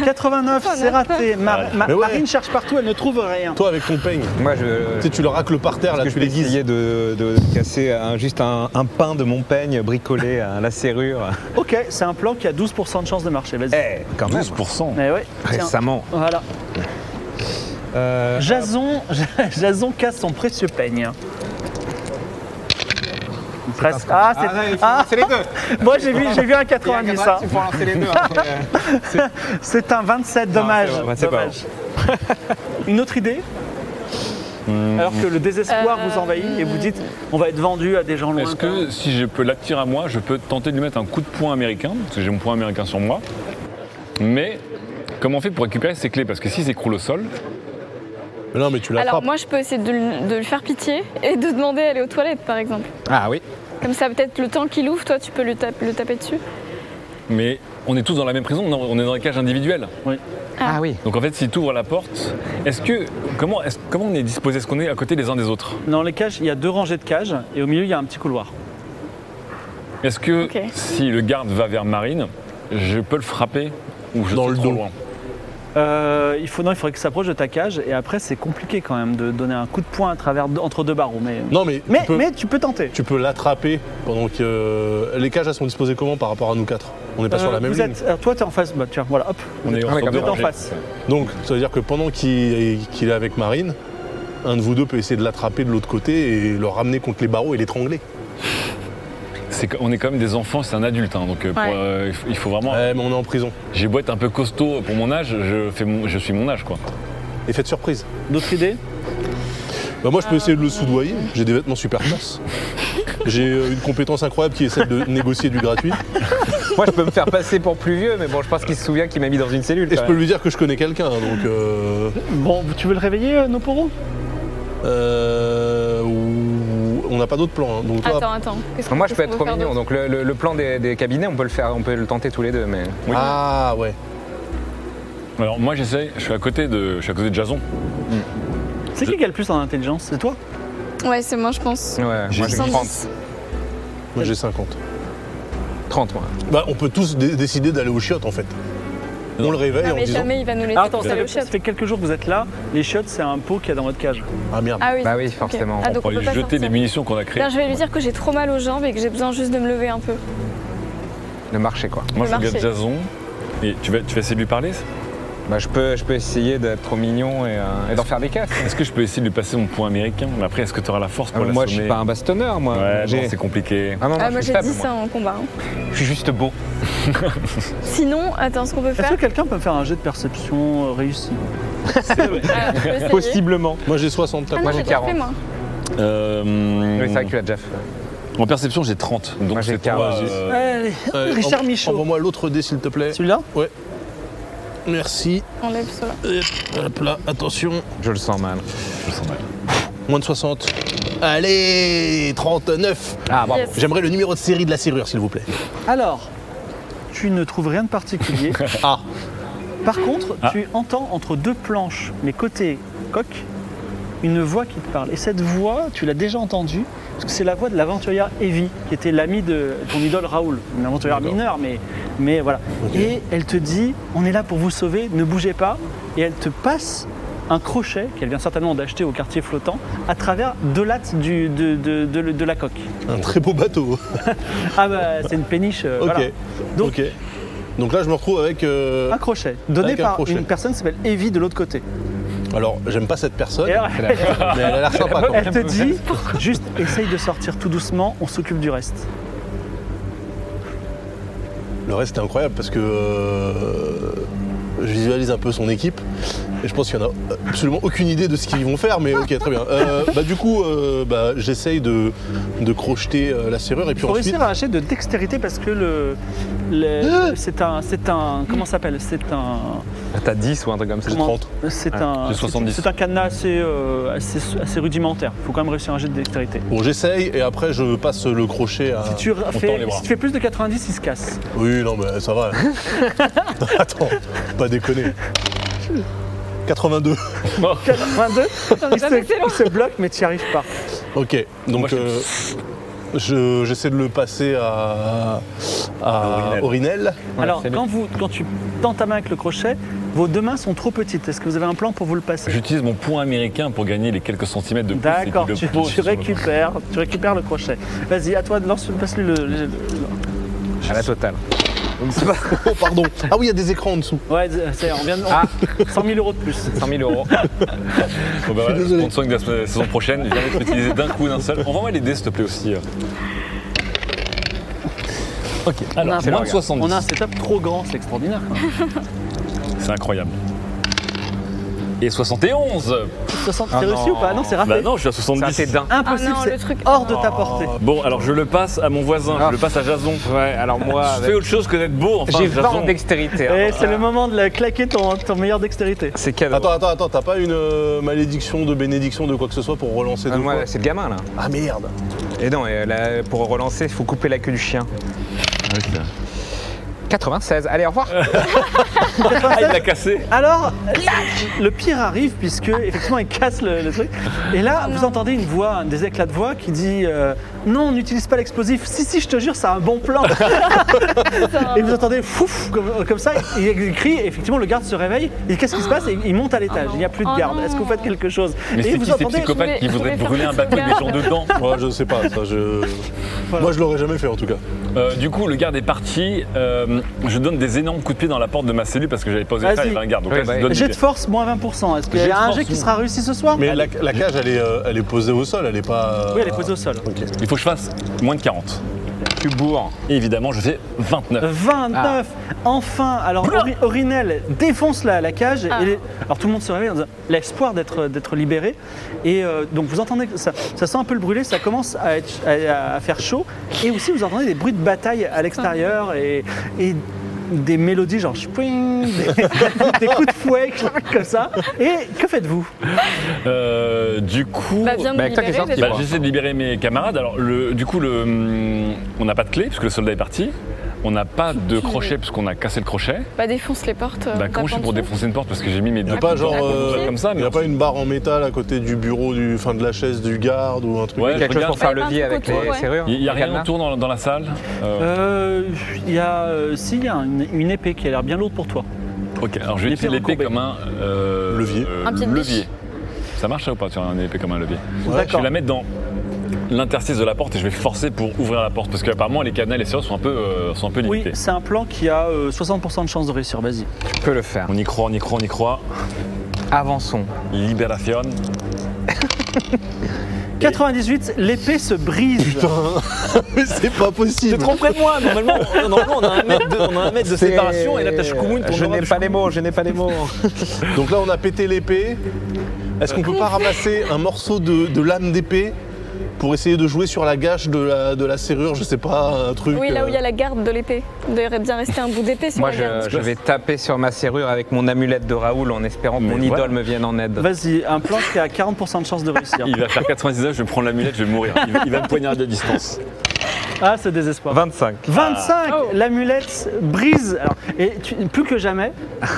Speaker 2: 89, c'est raté. Ma-
Speaker 5: Ouais.
Speaker 2: ma-
Speaker 3: Mais ouais.
Speaker 2: Marine cherche partout, elle ne trouve rien.
Speaker 3: Toi, avec ton peigne,
Speaker 6: Moi, je.
Speaker 3: tu sais, tu le racles par terre,
Speaker 6: parce
Speaker 3: là,
Speaker 6: que
Speaker 3: tu
Speaker 6: je vais
Speaker 3: l'aiguises.
Speaker 6: essayer de, de casser un- juste un, un pain de mon peigne bricolé à la serrure.
Speaker 2: Ok, c'est un plan qui a 12% de chance de marcher, vas-y.
Speaker 6: Eh, quand même.
Speaker 5: 12%.
Speaker 2: Mais ouais, tiens,
Speaker 6: Récemment.
Speaker 2: Voilà.
Speaker 6: Euh,
Speaker 2: Jason, Jason casse son précieux peigne. Presque. Ah, c'est. ah,
Speaker 6: les deux.
Speaker 2: moi j'ai vu, j'ai vu un 90. hein.
Speaker 6: lancer les deux. euh.
Speaker 2: C'est un 27, dommage.
Speaker 6: c'est bon, bah, c'est pas
Speaker 2: dommage. Une autre idée Alors que le désespoir vous envahit
Speaker 3: Euh,
Speaker 2: et vous dites on va être vendu à des gens loin.
Speaker 5: Est-ce que si je peux l'attirer à moi, je peux tenter de lui mettre un coup de poing américain Parce que j'ai mon poing américain sur moi. Mais comment on fait pour récupérer ses clés Parce que si s'écroule au sol,
Speaker 3: Mais Non, mais tu la
Speaker 4: Alors,
Speaker 3: frappes.
Speaker 4: moi, je peux essayer de, le- de lui faire pitié et de demander à aller aux toilettes, par exemple.
Speaker 6: Ah oui.
Speaker 4: Comme ça, peut-être le temps qu'il ouvre, toi, tu peux le, tape- le taper dessus.
Speaker 5: mais on est tous dans la même prison, non, on est dans des cages individuelles.
Speaker 6: Ah oui.
Speaker 5: Donc en fait, si tu ouvres la porte, est-ce que comment, est comment on est disposé Est-ce qu'on est à côté les uns des autres
Speaker 2: Dans les cages, il y a deux rangées de cages et au milieu il y a un petit couloir.
Speaker 5: Est-ce que
Speaker 4: Ok.
Speaker 5: si le garde va vers Marine, je peux le frapper ou je
Speaker 3: Dans
Speaker 5: suis
Speaker 3: le
Speaker 5: trop
Speaker 3: dos.
Speaker 5: loin
Speaker 2: Euh, il, faut, non, il faudrait qu'il s'approche de ta cage et après c'est compliqué quand même de donner un coup de poing à travers entre deux barreaux. Mais,
Speaker 3: Non, mais,
Speaker 2: mais,
Speaker 3: tu peux,
Speaker 2: mais tu peux tenter.
Speaker 3: tu peux l'attraper pendant que. euh, les cages, elles sont disposées comment par rapport à nous quatre On n'est pas sur
Speaker 2: Euh,
Speaker 3: la même
Speaker 2: vous
Speaker 3: ligne.
Speaker 2: êtes, alors, toi t'es en face, bah tiens, voilà, hop,
Speaker 5: On est
Speaker 6: Ah, mais
Speaker 5: sorte
Speaker 6: comme
Speaker 5: de
Speaker 6: ça,
Speaker 2: t'es en
Speaker 5: rangée.
Speaker 2: face.
Speaker 3: Donc, ça veut dire que pendant qu'il qu'il est avec Marine, un de vous deux peut essayer de l'attraper de l'autre côté et le ramener contre les barreaux et l'étrangler.
Speaker 5: C'est que- on est quand même des enfants, c'est un adulte, hein, donc euh, pour,
Speaker 4: Ouais.
Speaker 5: euh, il faut- il faut vraiment.
Speaker 3: Ouais, mais on est en prison.
Speaker 5: J'ai beau être un peu costaud pour mon âge, je, fais mon- je suis mon âge quoi.
Speaker 3: Effet de surprise.
Speaker 2: D'autres idées
Speaker 3: Bah, moi, je peux essayer de le soudoyer. J'ai des vêtements super classe. J'ai euh, une compétence incroyable qui est celle de négocier du gratuit.
Speaker 6: Moi, je peux me faire passer pour plus vieux, mais bon, je pense qu'il se souvient qu'il m'a mis dans une cellule.
Speaker 3: Et je
Speaker 6: quand
Speaker 3: peux
Speaker 6: même.
Speaker 3: lui dire que je connais quelqu'un. Donc, euh,
Speaker 2: Bon, tu veux le réveiller, euh, Noporo
Speaker 3: euh, ou- on n'a pas d'autre plan. hein. Donc, toi,
Speaker 4: Attends, attends. Qu'est-ce qu'on-
Speaker 6: Moi, je peux
Speaker 4: qu'est-ce
Speaker 6: être
Speaker 4: qu'on
Speaker 6: trop
Speaker 4: faire
Speaker 6: mignon.
Speaker 4: d'autre
Speaker 6: Donc, le, le- le plan des, des cabinets, on peut le faire, on peut le tenter tous les deux, mais.
Speaker 5: Oui.
Speaker 3: Ah ouais.
Speaker 5: Alors moi j'essaye, je suis à côté de, je suis à côté de Jason.
Speaker 2: C'est qui qui a le plus en intelligence C'est toi
Speaker 4: Ouais, c'est moi, je pense.
Speaker 6: Ouais, moi, j'ai
Speaker 4: 110.
Speaker 6: 30,
Speaker 3: Moi j'ai 50.
Speaker 6: 30, moi.
Speaker 3: Bah on peut tous dé- décider d'aller au chiottes en fait. On le réveille
Speaker 4: Non,
Speaker 3: en
Speaker 4: mais
Speaker 3: disant
Speaker 4: jamais il va nous laisser
Speaker 2: Ah, Attends,
Speaker 4: toucher
Speaker 2: ça
Speaker 4: le
Speaker 2: fait, ça
Speaker 4: chiotte.
Speaker 2: fait quelques jours que vous êtes là. Les chiottes, c'est un pot qu'il y a dans votre cage.
Speaker 3: Ah merde.
Speaker 4: Ah oui.
Speaker 6: Bah oui,
Speaker 4: ok.
Speaker 6: forcément.
Speaker 4: Ah,
Speaker 5: On
Speaker 4: donc
Speaker 5: va
Speaker 4: on peut
Speaker 5: aller
Speaker 4: pas
Speaker 5: jeter les
Speaker 4: sortir.
Speaker 5: munitions qu'on a créées.
Speaker 4: D'ailleurs, je vais lui dire que j'ai trop mal aux jambes et que j'ai besoin juste de me lever un peu.
Speaker 6: Le marché, quoi.
Speaker 5: Moi je
Speaker 4: Le
Speaker 5: regarde
Speaker 4: marché.
Speaker 5: Jason. Et tu vas, tu vas essayer de lui parler
Speaker 6: Bah, je peux, je peux essayer d'être trop mignon et, euh, et d'en faire des casses.
Speaker 5: Est-ce que je peux essayer de lui passer mon point américain Mais après, est-ce que tu auras la force
Speaker 6: Ah,
Speaker 5: pour
Speaker 6: mais
Speaker 5: l'assommer
Speaker 6: moi, je suis pas un bastonneur, moi.
Speaker 5: Ouais,
Speaker 6: J'ai-
Speaker 5: non, c'est compliqué.
Speaker 6: Ah non, moi,
Speaker 4: Ah, moi,
Speaker 6: je suis
Speaker 4: j'ai
Speaker 6: faible,
Speaker 4: dit
Speaker 6: moi.
Speaker 4: ça en combat. hein.
Speaker 6: Je suis juste beau.
Speaker 4: Sinon, attends, ce qu'on peut
Speaker 2: Est-ce que
Speaker 4: faire.
Speaker 2: quelqu'un peut me faire un jet de perception euh, réussi
Speaker 4: Alors, je peux euh, essayer.
Speaker 6: Possiblement.
Speaker 3: Moi j'ai 60
Speaker 4: Ah
Speaker 3: tac.
Speaker 4: non,
Speaker 6: j'ai
Speaker 4: j'ai trop
Speaker 6: 40.
Speaker 4: fait, moi.
Speaker 5: Euh,
Speaker 6: Oui, c'est vrai que tu l'as déjà fait.
Speaker 5: En perception, j'ai 30. Donc
Speaker 6: Moi, j'ai
Speaker 5: c'est toi,
Speaker 6: 40.
Speaker 5: euh,
Speaker 2: Allez,
Speaker 3: Euh,
Speaker 2: Richard
Speaker 3: en-
Speaker 2: Michaud.
Speaker 3: Envoie-moi l'autre dé s'il te plaît.
Speaker 2: Celui-là
Speaker 3: Merci.
Speaker 4: Enlève cela.
Speaker 3: Hop là, attention.
Speaker 6: Je le sens mal.
Speaker 5: je sens mal.
Speaker 3: Moins de 60. Allez 39
Speaker 6: Ah, bravo.
Speaker 4: Yes.
Speaker 3: J'aimerais le numéro de série de la serrure s'il vous plaît.
Speaker 2: Alors, tu ne trouves rien de particulier.
Speaker 3: Ah
Speaker 2: Par contre,
Speaker 5: Ah.
Speaker 2: tu entends entre deux planches, mais côté coq, une voix qui te parle. Et cette voix, tu l'as déjà entendue, parce que c'est la voix de l'aventurière Evie, qui était l'amie de ton idole Raoul, une aventurière
Speaker 3: D'accord.
Speaker 2: mineure, mais, mais voilà.
Speaker 3: Ok.
Speaker 2: Et elle te dit, on est là pour vous sauver, ne bougez pas. Et elle te passe un crochet, qu'elle vient certainement d'acheter au quartier flottant, à travers deux lattes du- de, de- de- de la coque.
Speaker 3: Un très beau bateau.
Speaker 2: Ah bah, c'est une péniche. euh,
Speaker 3: Ok.
Speaker 2: voilà. Donc,
Speaker 3: ok. Donc là je me retrouve avec... euh,
Speaker 2: Un crochet, donné
Speaker 3: Avec un
Speaker 2: par
Speaker 3: crochet.
Speaker 2: une personne qui s'appelle Evie de l'autre côté.
Speaker 3: Alors, j'aime pas cette personne,
Speaker 2: Et alors,
Speaker 6: C'est la-
Speaker 3: mais elle a l'air sympa quand même.
Speaker 2: elle te dit, juste essaye de sortir tout doucement, on s'occupe du reste.
Speaker 3: Le reste, c'était incroyable parce que euh, je visualise un peu son équipe et je pense qu'il y en a absolument aucune idée de ce qu'ils vont faire, mais ok, très bien. Euh, bah, du coup, euh, bah, j'essaye de, de crocheter euh, la serrure et puis
Speaker 2: Faut
Speaker 3: ensuite.
Speaker 2: réussir à acheter de dextérité parce que le, le- c'est un, c'est un, comment ça s'appelle C'est un,
Speaker 6: Ah, T'as 10 ou un truc comme ça.
Speaker 3: J'ai
Speaker 2: Comment
Speaker 3: 30.
Speaker 2: c'est
Speaker 6: Ouais,
Speaker 2: un,
Speaker 5: j'ai
Speaker 2: c'est-
Speaker 5: 70.
Speaker 2: c'est un cadenas assez, euh, assez, assez rudimentaire. Faut quand même réussir à acheter de dextérité.
Speaker 3: Bon, j'essaye et après, je passe le crochet à.
Speaker 2: Si tu,
Speaker 5: on
Speaker 2: fais,
Speaker 5: tend les bras.
Speaker 2: si tu fais plus de 90, il se casse.
Speaker 3: Oui, non, mais ça va. Attends, pas déconner. 82.
Speaker 2: 82, il se, il se bloque, mais tu n'y arrives pas.
Speaker 3: Ok, donc
Speaker 5: Moi, je-
Speaker 3: euh, je- j'essaie de le passer à, à
Speaker 5: Aurinel.
Speaker 3: Aurinel.
Speaker 6: Ouais,
Speaker 2: Alors,
Speaker 6: c'est bien.
Speaker 2: quand, vous, quand tu tends ta main avec le crochet, vos deux mains sont trop petites. Est-ce que vous avez un plan pour vous le passer
Speaker 5: J'utilise mon point américain pour gagner les quelques centimètres de plus. et puis
Speaker 2: D'accord,
Speaker 5: le
Speaker 2: tu,
Speaker 5: pose
Speaker 2: tu
Speaker 5: sur le-
Speaker 2: récupères, tu récupères le crochet. Vas-y, à toi, lance, passe-lui le, le- le-
Speaker 6: À la totale.
Speaker 3: Oh, pardon. Ah oui, il y a des écrans en dessous.
Speaker 2: Ouais, ça y est, on vient de...
Speaker 6: Ah.
Speaker 2: 100 000 euros de plus.
Speaker 6: 100 000 euros.
Speaker 5: Bon, bah, voilà,
Speaker 3: désolé.
Speaker 5: je pense que la sa- saison prochaine, viens les utiliser d'un coup, d'un seul. Envoie-moi les dés, s'il te plaît, aussi. euh. Ok, alors,
Speaker 2: C'est
Speaker 5: moins
Speaker 2: là,
Speaker 5: de
Speaker 2: regarde. On a un
Speaker 5: 70.
Speaker 2: setup trop grand, c'est extraordinaire. quand même.
Speaker 5: C'est incroyable. Et 71
Speaker 2: 60,
Speaker 6: Ah
Speaker 2: c'est réussi
Speaker 6: non.
Speaker 2: ou pas Non, c'est raté.
Speaker 5: Bah non, je suis à
Speaker 6: C'est un
Speaker 5: 70.
Speaker 6: tédin.
Speaker 2: Impossible,
Speaker 4: Ah non,
Speaker 2: c'est
Speaker 4: le truc-
Speaker 2: hors de ta portée.
Speaker 5: Bon, alors je le passe à mon voisin,
Speaker 6: Ah.
Speaker 5: je le passe à Jason.
Speaker 6: Ouais, alors moi.
Speaker 5: Je fais
Speaker 6: avec- Eh,
Speaker 5: autre chose que d'être beau, enfin,
Speaker 6: J'ai 20
Speaker 5: Jason.
Speaker 6: en dextérité.
Speaker 2: Et
Speaker 6: alors,
Speaker 2: c'est le
Speaker 6: Ah bah voilà.
Speaker 2: moment de la claquer ton, ton meilleur dextérité.
Speaker 6: C'est cadeau.
Speaker 3: Attends, attends, attends, t'as pas une euh, malédiction de bénédiction de quoi que ce soit pour relancer
Speaker 6: Ah,
Speaker 3: deux
Speaker 6: moi,
Speaker 3: fois
Speaker 6: c'est le gamin là.
Speaker 3: Ah merde
Speaker 6: Et non, et là, pour relancer, il faut couper la queue du chien. 96, allez, au revoir.
Speaker 5: Ah, il l'a cassé
Speaker 2: Alors, le pire arrive puisque effectivement il casse le, le truc. Et là, vous entendez une voix, un des éclats de voix qui dit euh, non, n'utilise pas l'explosif. Si si, je te jure, c'est un bon plan. et vous entendez fouf comme, comme ça. Il il crie. Et effectivement, le garde se réveille. Et qu'est-ce qui se passe Et Il monte à l'étage. Il n'y a plus de
Speaker 4: Oh
Speaker 2: garde.
Speaker 4: non.
Speaker 2: Est-ce que vous faites quelque chose
Speaker 5: Mais
Speaker 2: Et
Speaker 5: c'est qui
Speaker 2: vous
Speaker 5: ces
Speaker 2: entendez
Speaker 5: psychopathes
Speaker 4: voulais-
Speaker 5: qui
Speaker 4: je voulais
Speaker 5: voudraient
Speaker 4: faire
Speaker 5: brûler un
Speaker 4: ce
Speaker 5: bateau avec des
Speaker 4: regard.
Speaker 5: gens dedans
Speaker 3: Moi je sais pas, ça je.
Speaker 2: Voilà.
Speaker 3: Moi je l'aurais jamais fait en tout cas.
Speaker 5: Euh, du coup, le garde est parti. Euh, je donne des énormes coups de pied dans la porte de ma cellule parce que j'avais pas osé le faire.
Speaker 2: Vas-y.
Speaker 5: Il y avait un garde. Donc
Speaker 6: Oui,
Speaker 5: là, je
Speaker 6: bah,
Speaker 5: donne des-
Speaker 2: Jet de force moins 20%. Est-ce qu'il y
Speaker 5: Jet de
Speaker 2: a un
Speaker 5: force,
Speaker 2: jet qui
Speaker 5: oui.
Speaker 2: sera réussi ce soir
Speaker 3: Mais la, la cage elle est, euh, elle est posée au sol, elle est pas. euh,
Speaker 2: Oui, elle est posée au sol.
Speaker 3: Ok.
Speaker 5: Il faut que je fasse moins de 40.
Speaker 6: tu bourres.
Speaker 5: Et évidemment, je fais 29.
Speaker 6: Euh.
Speaker 2: 29 Enfin Alors Ori- Orinel défonce la, la cage.
Speaker 4: Ah.
Speaker 2: Et les- alors tout le monde se réveille dans un- l'espoir d'être, d'être libéré. Et euh, donc vous entendez que ça, ça sent un peu le brûlé, ça commence à, être- à- à faire chaud. Et aussi vous entendez des bruits de bataille à l'extérieur et, et des mélodies genre chouing, des, des coups de fouet clac, comme ça. Et que faites-vous
Speaker 5: Euh, du coup.
Speaker 4: Bah, viens me
Speaker 6: Bah, avec toi, t'es
Speaker 4: libérer,
Speaker 6: sorti,
Speaker 4: déjà.
Speaker 5: bah, j'essaie de libérer mes camarades. Alors, le- du coup, le, hum, on n'a pas de clé puisque le soldat est parti. On n'a pas de crochet puisqu'on a cassé le crochet.
Speaker 4: Bah, défonce les portes. euh,
Speaker 5: Bah, comment je suis pour
Speaker 4: d'abandon.
Speaker 5: défoncer une porte parce que j'ai mis mes deux
Speaker 3: Y'a pas genre.
Speaker 4: à côté.
Speaker 3: euh,
Speaker 5: comme ça, mais
Speaker 3: y a pas une barre en métal à côté du bureau, du, enfin de la chaise du garde ou un truc
Speaker 5: Ouais,
Speaker 3: comme ça
Speaker 6: Quelque chose
Speaker 5: regarde.
Speaker 6: pour faire
Speaker 4: Ouais,
Speaker 6: le
Speaker 4: un
Speaker 6: levier
Speaker 4: truc
Speaker 6: avec
Speaker 4: autour,
Speaker 6: les
Speaker 4: ouais.
Speaker 6: serrures.
Speaker 5: Il n'y a
Speaker 6: les
Speaker 5: rien
Speaker 6: cadenas.
Speaker 5: autour dans, dans la salle. Euh,
Speaker 2: Euh, Il y a, euh, si, il y a une, une épée qui a l'air bien lourde pour toi.
Speaker 3: Euh,
Speaker 5: ok, alors je vais
Speaker 2: une
Speaker 5: utiliser
Speaker 2: épée
Speaker 5: l'épée comme un euh,
Speaker 3: Levier.
Speaker 5: euh,
Speaker 4: Un pied de biche.
Speaker 5: levier. Ça marche ça ou pas Tu as un épée comme un levier Je
Speaker 2: D'accord.
Speaker 5: vais la mettre dans l'interstice de la porte et je vais forcer pour ouvrir la porte parce qu'apparemment les cadenas et les serrures sont un peu, euh, sont un peu
Speaker 2: Oui,
Speaker 5: limités.
Speaker 2: c'est un plan qui a euh, 60% de chance de réussir. Vas-y.
Speaker 6: Tu peux le faire.
Speaker 5: On y croit, on y croit, on y croit.
Speaker 6: Avançons.
Speaker 5: Libération.
Speaker 2: 98, l'épée se brise.
Speaker 3: Mais c'est pas possible
Speaker 5: près de moi Normalement, on a un mètre de, séparation et la tâche commune
Speaker 6: Je n'ai pas les mots, je n'ai pas les mots.
Speaker 3: Donc là on a pété l'épée. Est-ce qu'on peut pas ramasser un morceau de, de lame d'épée pour essayer de jouer sur la gâche de la, de la serrure, je sais pas, un truc.
Speaker 4: Oui, là où
Speaker 3: euh,
Speaker 4: il y a la garde de l'épée. Il devrait bien rester un bout d'épée sur
Speaker 6: Moi,
Speaker 4: la
Speaker 6: je,
Speaker 4: garde.
Speaker 6: je vais taper sur ma serrure avec mon amulette de Raoul en espérant que
Speaker 5: Mais
Speaker 6: mon
Speaker 5: voilà.
Speaker 6: idole me vienne en aide.
Speaker 2: Vas-y, un plan qui a 40% de chance de réussir.
Speaker 5: Il va faire 99, je vais prendre l'amulette, je vais mourir. Il, il va me poignarder à distance.
Speaker 2: Ah, ce désespoir.
Speaker 6: 25.
Speaker 2: 25, l'amulette brise. Alors, et tu- plus que jamais,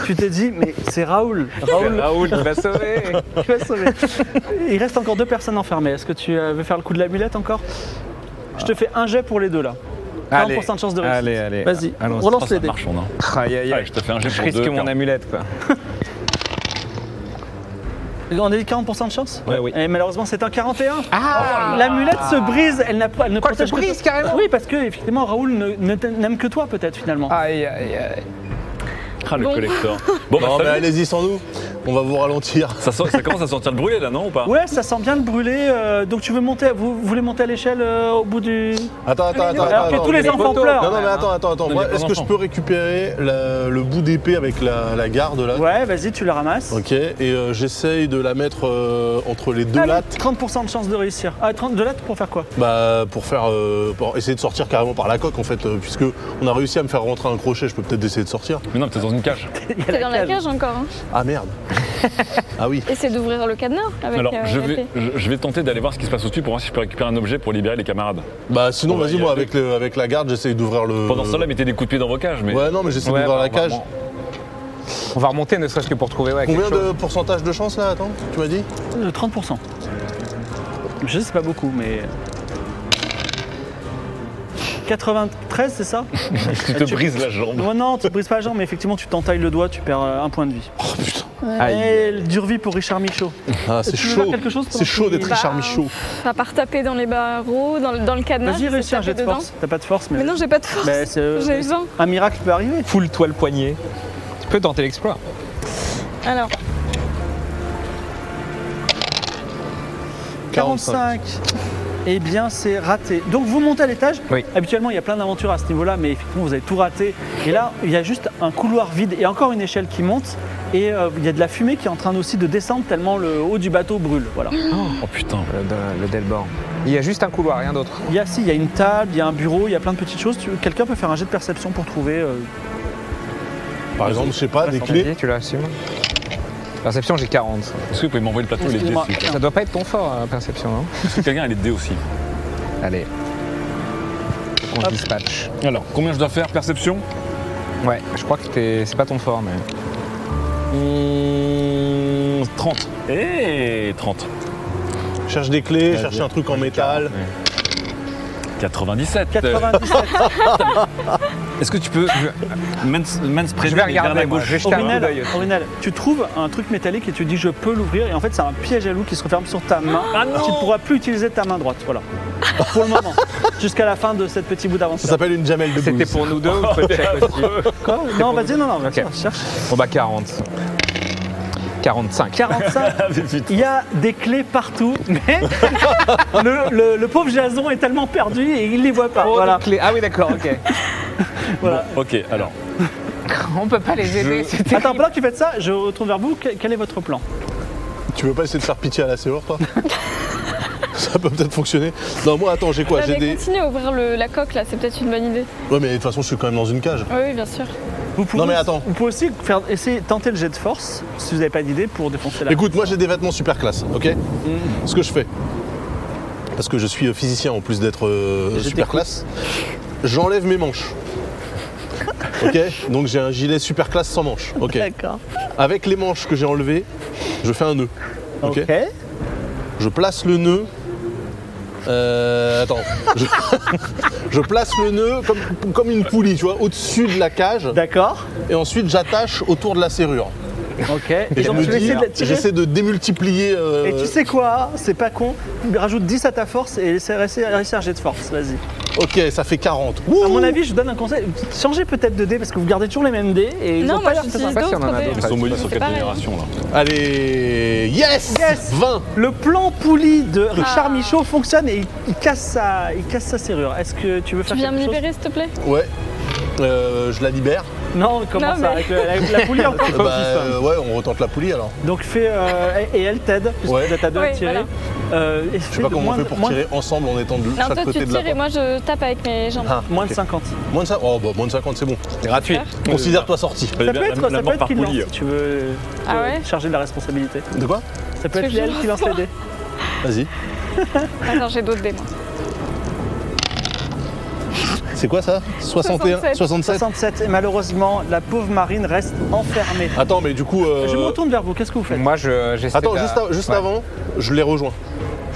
Speaker 2: tu t'es dit, mais c'est Raoul. Raoul
Speaker 6: Raoul, il va sauver.
Speaker 2: qui va sauver. Il reste encore deux personnes enfermées. Est-ce que tu euh, veux faire le coup de l'amulette encore Je te fais un jet pour les deux là. 40% de chance de réussite.
Speaker 6: Allez, allez.
Speaker 2: Vas-y,
Speaker 6: Allons-y.
Speaker 2: relance
Speaker 5: Oh,
Speaker 2: les
Speaker 5: ça
Speaker 2: dés.
Speaker 5: marche, on a.
Speaker 6: Aïe, aïe,
Speaker 5: Allez,
Speaker 6: aïe.
Speaker 5: je te fais un jet
Speaker 6: Je
Speaker 5: pour Ah, deux.
Speaker 6: risque mon
Speaker 5: car-
Speaker 6: amulette, quoi.
Speaker 2: On a dit 40% de chance
Speaker 6: Ouais, oui.
Speaker 2: Et malheureusement, c'est un 41.
Speaker 6: Ah
Speaker 2: L'amulette se brise, elle, n'a, pas- elle ne
Speaker 6: Quoi, elle
Speaker 2: protège
Speaker 6: se
Speaker 2: que
Speaker 6: brise
Speaker 2: toi.
Speaker 6: carrément
Speaker 2: Oui, parce que effectivement, Raoul ne- ne t'a- n'aime que
Speaker 6: Ah.
Speaker 2: toi peut-être finalement.
Speaker 6: Aïe, aïe, aïe.
Speaker 5: Ah, le collector. Bon, bah,
Speaker 3: euh. Non mais
Speaker 5: salut.
Speaker 3: allez-y sans nous. On va vous ralentir.
Speaker 5: Ça, sent- ça commence à sentir le brûlé là, non ou pas
Speaker 2: Ouais, ça sent bien le brûler. euh, donc tu veux monter, vous, vous voulez monter à l'échelle euh, au bout du.
Speaker 3: Attends, attends, attends.
Speaker 2: Alors
Speaker 3: attends,
Speaker 2: que tous les
Speaker 3: attends.
Speaker 2: enfants
Speaker 6: poteaux.
Speaker 2: pleurent.
Speaker 3: Non, non, mais attends, attends, attends.
Speaker 5: Non, il
Speaker 3: Moi,
Speaker 5: y a pas
Speaker 3: Est-ce que je
Speaker 5: d'enfant.
Speaker 3: peux récupérer la- le bout d'épée avec la, la garde là
Speaker 2: Ouais, vas-y, tu le ramasses.
Speaker 3: Ok, et euh, j'essaye de la mettre euh, entre les deux
Speaker 2: Ah,
Speaker 3: lattes
Speaker 2: 30% de chance de réussir. Ah, 30 de lattes pour faire quoi
Speaker 3: bah, pour faire euh, pour essayer de sortir carrément par la coque en fait, euh, puisque on a réussi à me faire rentrer un crochet, je peux peut-être essayer de sortir.
Speaker 5: Mais non, mais t'es dans une cage.
Speaker 2: Il y a
Speaker 4: T'es dans la
Speaker 2: cage.
Speaker 4: cage encore. hein.
Speaker 3: Ah merde Ah oui
Speaker 4: Essaie d'ouvrir le cadenas avec
Speaker 5: Alors,
Speaker 4: euh,
Speaker 5: je
Speaker 4: la
Speaker 5: vais,
Speaker 4: clé.
Speaker 5: je, je vais tenter d'aller voir ce qui se passe au-dessus pour voir si je peux récupérer un objet pour libérer les camarades.
Speaker 3: Bah sinon
Speaker 5: Ouais,
Speaker 3: vas-y
Speaker 5: y a-
Speaker 3: moi avec, le- avec la garde j'essaye d'ouvrir le.
Speaker 5: Pendant ce temps-là, mettez des coups de pied dans vos cages. Mais...
Speaker 3: Ouais non mais j'essaie
Speaker 6: Ouais,
Speaker 3: d'ouvrir
Speaker 6: bah,
Speaker 3: la
Speaker 6: on va
Speaker 3: cage.
Speaker 6: remonter. On va remonter ne serait-ce que pour trouver ouais,
Speaker 3: Combien
Speaker 6: quelque chose.
Speaker 3: de pourcentage de chance là attends Tu m'as dit
Speaker 2: Euh, 30%. Je sais, c'est pas beaucoup, mais. 93, c'est ça
Speaker 5: tu te
Speaker 2: Euh, tu-
Speaker 5: brises la jambe.
Speaker 2: Non, non, tu te brises pas la jambe, mais effectivement, tu t'entailles le doigt, tu perds euh, un point de vie.
Speaker 3: Oh putain
Speaker 6: Aïe.
Speaker 2: Et dure vie pour Richard Michaud.
Speaker 3: Ah c'est
Speaker 2: Tu veux faire
Speaker 3: chaud
Speaker 2: quelque chose pendant
Speaker 3: C'est chaud
Speaker 2: qu'il-
Speaker 3: d'être
Speaker 4: Bah,
Speaker 3: Richard Michaud.
Speaker 4: À part taper dans les barreaux, dans le, dans le cadenas.
Speaker 2: Vas-y,
Speaker 4: j'essaie de
Speaker 2: réussis un
Speaker 4: taper
Speaker 2: jet de
Speaker 4: dedans.
Speaker 2: force. T'as pas de force, mais.
Speaker 4: Mais non, j'ai pas de force.
Speaker 2: Mais c'est, euh,
Speaker 4: J'ai 20.
Speaker 2: un miracle peut arriver.
Speaker 6: Foule-toi le poignet. Tu peux tenter l'exploit.
Speaker 4: Alors,
Speaker 2: 45. Eh bien, c'est raté. Donc, vous montez à l'étage.
Speaker 6: Oui.
Speaker 2: Habituellement, il y a plein d'aventures à ce niveau-là, mais effectivement, vous avez tout raté. Et là, il y a juste un couloir vide et encore une échelle qui monte. Et euh, il y a de la fumée qui est en train aussi de descendre tellement le haut du bateau brûle. Voilà.
Speaker 5: Oh putain.
Speaker 6: Le, de- le Delbor. Il y a juste un couloir, rien d'autre.
Speaker 2: Il y a, si, il y a une table, il y a un bureau, il y a plein de petites choses. Tu- Quelqu'un peut faire un jet de perception pour trouver. euh,
Speaker 3: Par exemple, je sais pas, des clés.
Speaker 6: Vas-y, Tu l'as, Simon Perception, j'ai 40.
Speaker 5: Est-ce que vous pouvez m'envoyer le plateau et les dés
Speaker 2: Excuse-moi.
Speaker 5: s'il vous plaît
Speaker 6: Ça doit pas être ton fort, euh, perception, non
Speaker 5: Est-ce que quelqu'un a les dés aussi
Speaker 6: Allez. Faut qu'on se dispatche.
Speaker 5: Alors, combien je dois faire Perception
Speaker 6: Ouais, je crois que t'es- c'est pas ton fort, mais.
Speaker 5: Mmh, 30. Eh 30.
Speaker 3: Cherche des clés,
Speaker 5: Vas-y.
Speaker 3: cherche un truc en métal.
Speaker 5: 97.
Speaker 2: 97.
Speaker 5: Est-ce que tu peux manspreader
Speaker 6: Je vais regarder, moi, je vais jeter un coup
Speaker 2: Aurinel,
Speaker 6: d'œil.
Speaker 2: Aurinel, tu trouves un truc métallique et tu dis je peux l'ouvrir. Et en fait, c'est un piège à loup qui se referme sur ta main.
Speaker 3: Ah
Speaker 2: tu ne pourras plus utiliser ta main droite. Voilà. Pour le moment. Jusqu'à la fin de cette petite bout
Speaker 3: Ça
Speaker 2: d'aventure.
Speaker 3: s'appelle une jamelle de
Speaker 6: C'était
Speaker 3: blues.
Speaker 6: pour nous deux ou tu peux check aussi
Speaker 2: Quoi Non, vas-y, non, non, vas-y,
Speaker 6: Ok.
Speaker 2: cherche.
Speaker 6: Bon bah 40. 45.
Speaker 2: 45. Il y a des clés partout, mais le, le- le pauvre Jason est tellement perdu et il les voit pas.
Speaker 6: Oh,
Speaker 2: voilà.
Speaker 6: les clés. Ah oui d'accord, ok.
Speaker 2: voilà.
Speaker 5: Ok, alors.
Speaker 6: On peut pas les aider, c'est terrible.
Speaker 2: Attends, pendant que tu fais de ça, je retourne vers vous. Que- Quel est votre plan
Speaker 3: Tu veux pas essayer de faire pitié à la serrure, toi Ça peut peut-être fonctionner. Non, moi, attends, j'ai quoi
Speaker 4: Bah,
Speaker 3: J'ai
Speaker 4: mais
Speaker 3: des.
Speaker 4: continue à ouvrir le- la coque là, c'est peut-être une bonne idée.
Speaker 3: Ouais, mais de toute façon, je suis quand même dans une cage.
Speaker 4: Oui, oui, bien sûr.
Speaker 2: vous pouvez,
Speaker 3: Non, mais attends.
Speaker 2: Vous pouvez aussi faire, essayer, tenter le jet de force, si vous n'avez pas d'idée, pour défoncer la
Speaker 3: Écoute, moi, j'ai des vêtements super classe, ok Ce que je fais, parce que je suis euh, physicien en plus d'être euh,
Speaker 2: Je
Speaker 3: super classe, j'enlève mes manches. Ok Donc, j'ai un gilet super classe sans manches. Ok.
Speaker 2: D'accord.
Speaker 3: Avec les manches que j'ai enlevées, je fais un nœud. Ok.
Speaker 2: Ok.
Speaker 3: Je place le nœud. Euh, attends. Je, je place le nœud comme, comme une poulie, tu vois, au-dessus de la cage.
Speaker 2: D'accord.
Speaker 3: Et ensuite, j'attache autour de la serrure.
Speaker 2: Ok.
Speaker 3: Et je
Speaker 2: donc,
Speaker 3: me
Speaker 2: tu vas
Speaker 3: dis,
Speaker 2: essayer de la tirer.
Speaker 3: j'essaie de démultiplier. euh,
Speaker 2: Et tu sais quoi C'est pas con. Rajoute 10 à ta force et essaie- essaie- réussis un jet de force. Vas-y.
Speaker 3: Ok, ça fait 40.
Speaker 2: À
Speaker 3: Wouh
Speaker 2: mon avis, je vous donne un conseil. Changez peut-être de dés parce que vous gardez toujours les mêmes dés et ils
Speaker 4: non,
Speaker 2: ont pas
Speaker 4: moi
Speaker 2: l'air très
Speaker 4: j'utilise
Speaker 6: pas si on en a
Speaker 4: d'autres.
Speaker 6: d'autres.
Speaker 4: d'ailleurs.
Speaker 5: Ils sont mobiles sur
Speaker 4: C'est
Speaker 5: 4
Speaker 4: pareil.
Speaker 5: générations là.
Speaker 3: Allez, yes,
Speaker 2: Yes
Speaker 3: 20.
Speaker 2: Le plan poulie de Richard
Speaker 4: Ah.
Speaker 2: Michaud fonctionne et il, il casse sa, il casse sa serrure. Est-ce que tu veux
Speaker 4: Tu
Speaker 2: faire
Speaker 4: viens me
Speaker 2: quelque chose
Speaker 4: libérer s'il te plaît
Speaker 3: Ouais. Euh, je la libère.
Speaker 2: Non, comment
Speaker 4: Non,
Speaker 2: ça
Speaker 4: mais-
Speaker 2: avec, le- avec la poulie encore
Speaker 3: Bah, euh, ouais, on retente la poulie alors.
Speaker 2: Donc fais euh, et et elle t'aide puisque
Speaker 3: Ouais.
Speaker 2: vous êtes à deux à
Speaker 4: Ouais,
Speaker 2: tirer.
Speaker 4: voilà.
Speaker 2: Euh, et
Speaker 3: Je
Speaker 2: fais
Speaker 3: sais pas
Speaker 2: de
Speaker 3: comment on
Speaker 2: moins
Speaker 3: fait
Speaker 2: de-
Speaker 3: pour
Speaker 2: moins de-
Speaker 3: tirer ensemble en étant de
Speaker 4: Non,
Speaker 3: chaque
Speaker 4: toi
Speaker 3: côté
Speaker 4: tu
Speaker 3: de la
Speaker 4: tires et moi je tape avec mes jambes.
Speaker 3: Ah,
Speaker 2: Moins de
Speaker 3: ok.
Speaker 2: 50.
Speaker 3: Moins de ça Oh, bah, moins de 50, c'est bon.
Speaker 6: C'est gratuit.
Speaker 3: Considère-toi sorti.
Speaker 2: Ça peut être, ça peut être qu'il lance si tu veux
Speaker 4: Ah
Speaker 2: te
Speaker 4: ouais
Speaker 2: charger de la responsabilité.
Speaker 3: De quoi
Speaker 2: Ça peut être
Speaker 4: que je
Speaker 2: elle qui lance les dés.
Speaker 3: Vas-y.
Speaker 4: Attends, j'ai d'autres dés moi.
Speaker 3: C'est quoi ça 61
Speaker 4: 67.
Speaker 3: 67
Speaker 2: 67 et malheureusement la pauvre Marine reste enfermée.
Speaker 3: Attends, mais du coup. euh,
Speaker 2: Je me retourne vers vous, qu'est-ce que vous faites
Speaker 6: Moi je j'essaie
Speaker 3: Attends,
Speaker 6: de-
Speaker 3: juste, av- juste
Speaker 6: Ouais.
Speaker 3: avant, je les rejoins.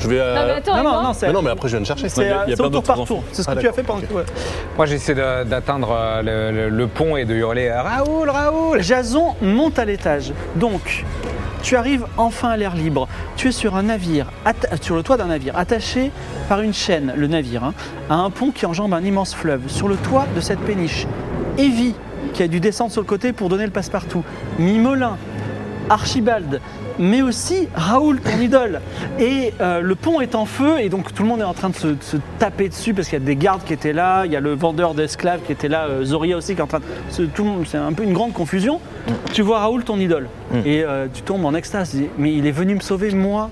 Speaker 3: Je vais. euh,
Speaker 4: Non, mais attends,
Speaker 2: Non,
Speaker 4: et
Speaker 2: non,
Speaker 4: moi
Speaker 2: non,
Speaker 3: mais
Speaker 2: c'est
Speaker 3: non, mais après, je viens de chercher.
Speaker 2: c'est,
Speaker 5: il y a- il y a
Speaker 2: c'est au
Speaker 5: plein
Speaker 2: tour
Speaker 5: d'autres
Speaker 2: par
Speaker 5: enfants.
Speaker 2: tour. C'est ce
Speaker 3: Ah,
Speaker 2: que tu as
Speaker 3: d'accord,
Speaker 2: fait pendant
Speaker 3: ok.
Speaker 2: que- ouais.
Speaker 6: Moi j'essaie de- d'atteindre euh, le, le- le pont et de hurler euh, Raoul, Raoul
Speaker 2: Jason monte à l'étage. Donc, tu arrives enfin à l'air libre. Tu es sur un navire, atta- sur le toit d'un navire, attaché par une chaîne, le navire, hein, à un pont qui enjambe un immense fleuve. Sur le toit de cette péniche, Evie, qui a dû descendre sur le côté pour donner le passe-partout, Mimolin, Archibald, mais aussi Raoul, ton idole. Et euh, le pont est en feu, et donc tout le monde est en train de se, de se taper dessus parce qu'il y a des gardes qui étaient là, il y a le vendeur d'esclaves qui était là, euh, Zoria aussi qui est en train de. se- tout le monde- C'est un peu une grande confusion. Tu vois Raoul, ton idole, et euh, tu tombes en extase. Tu dis, Mais il est venu me sauver, moi,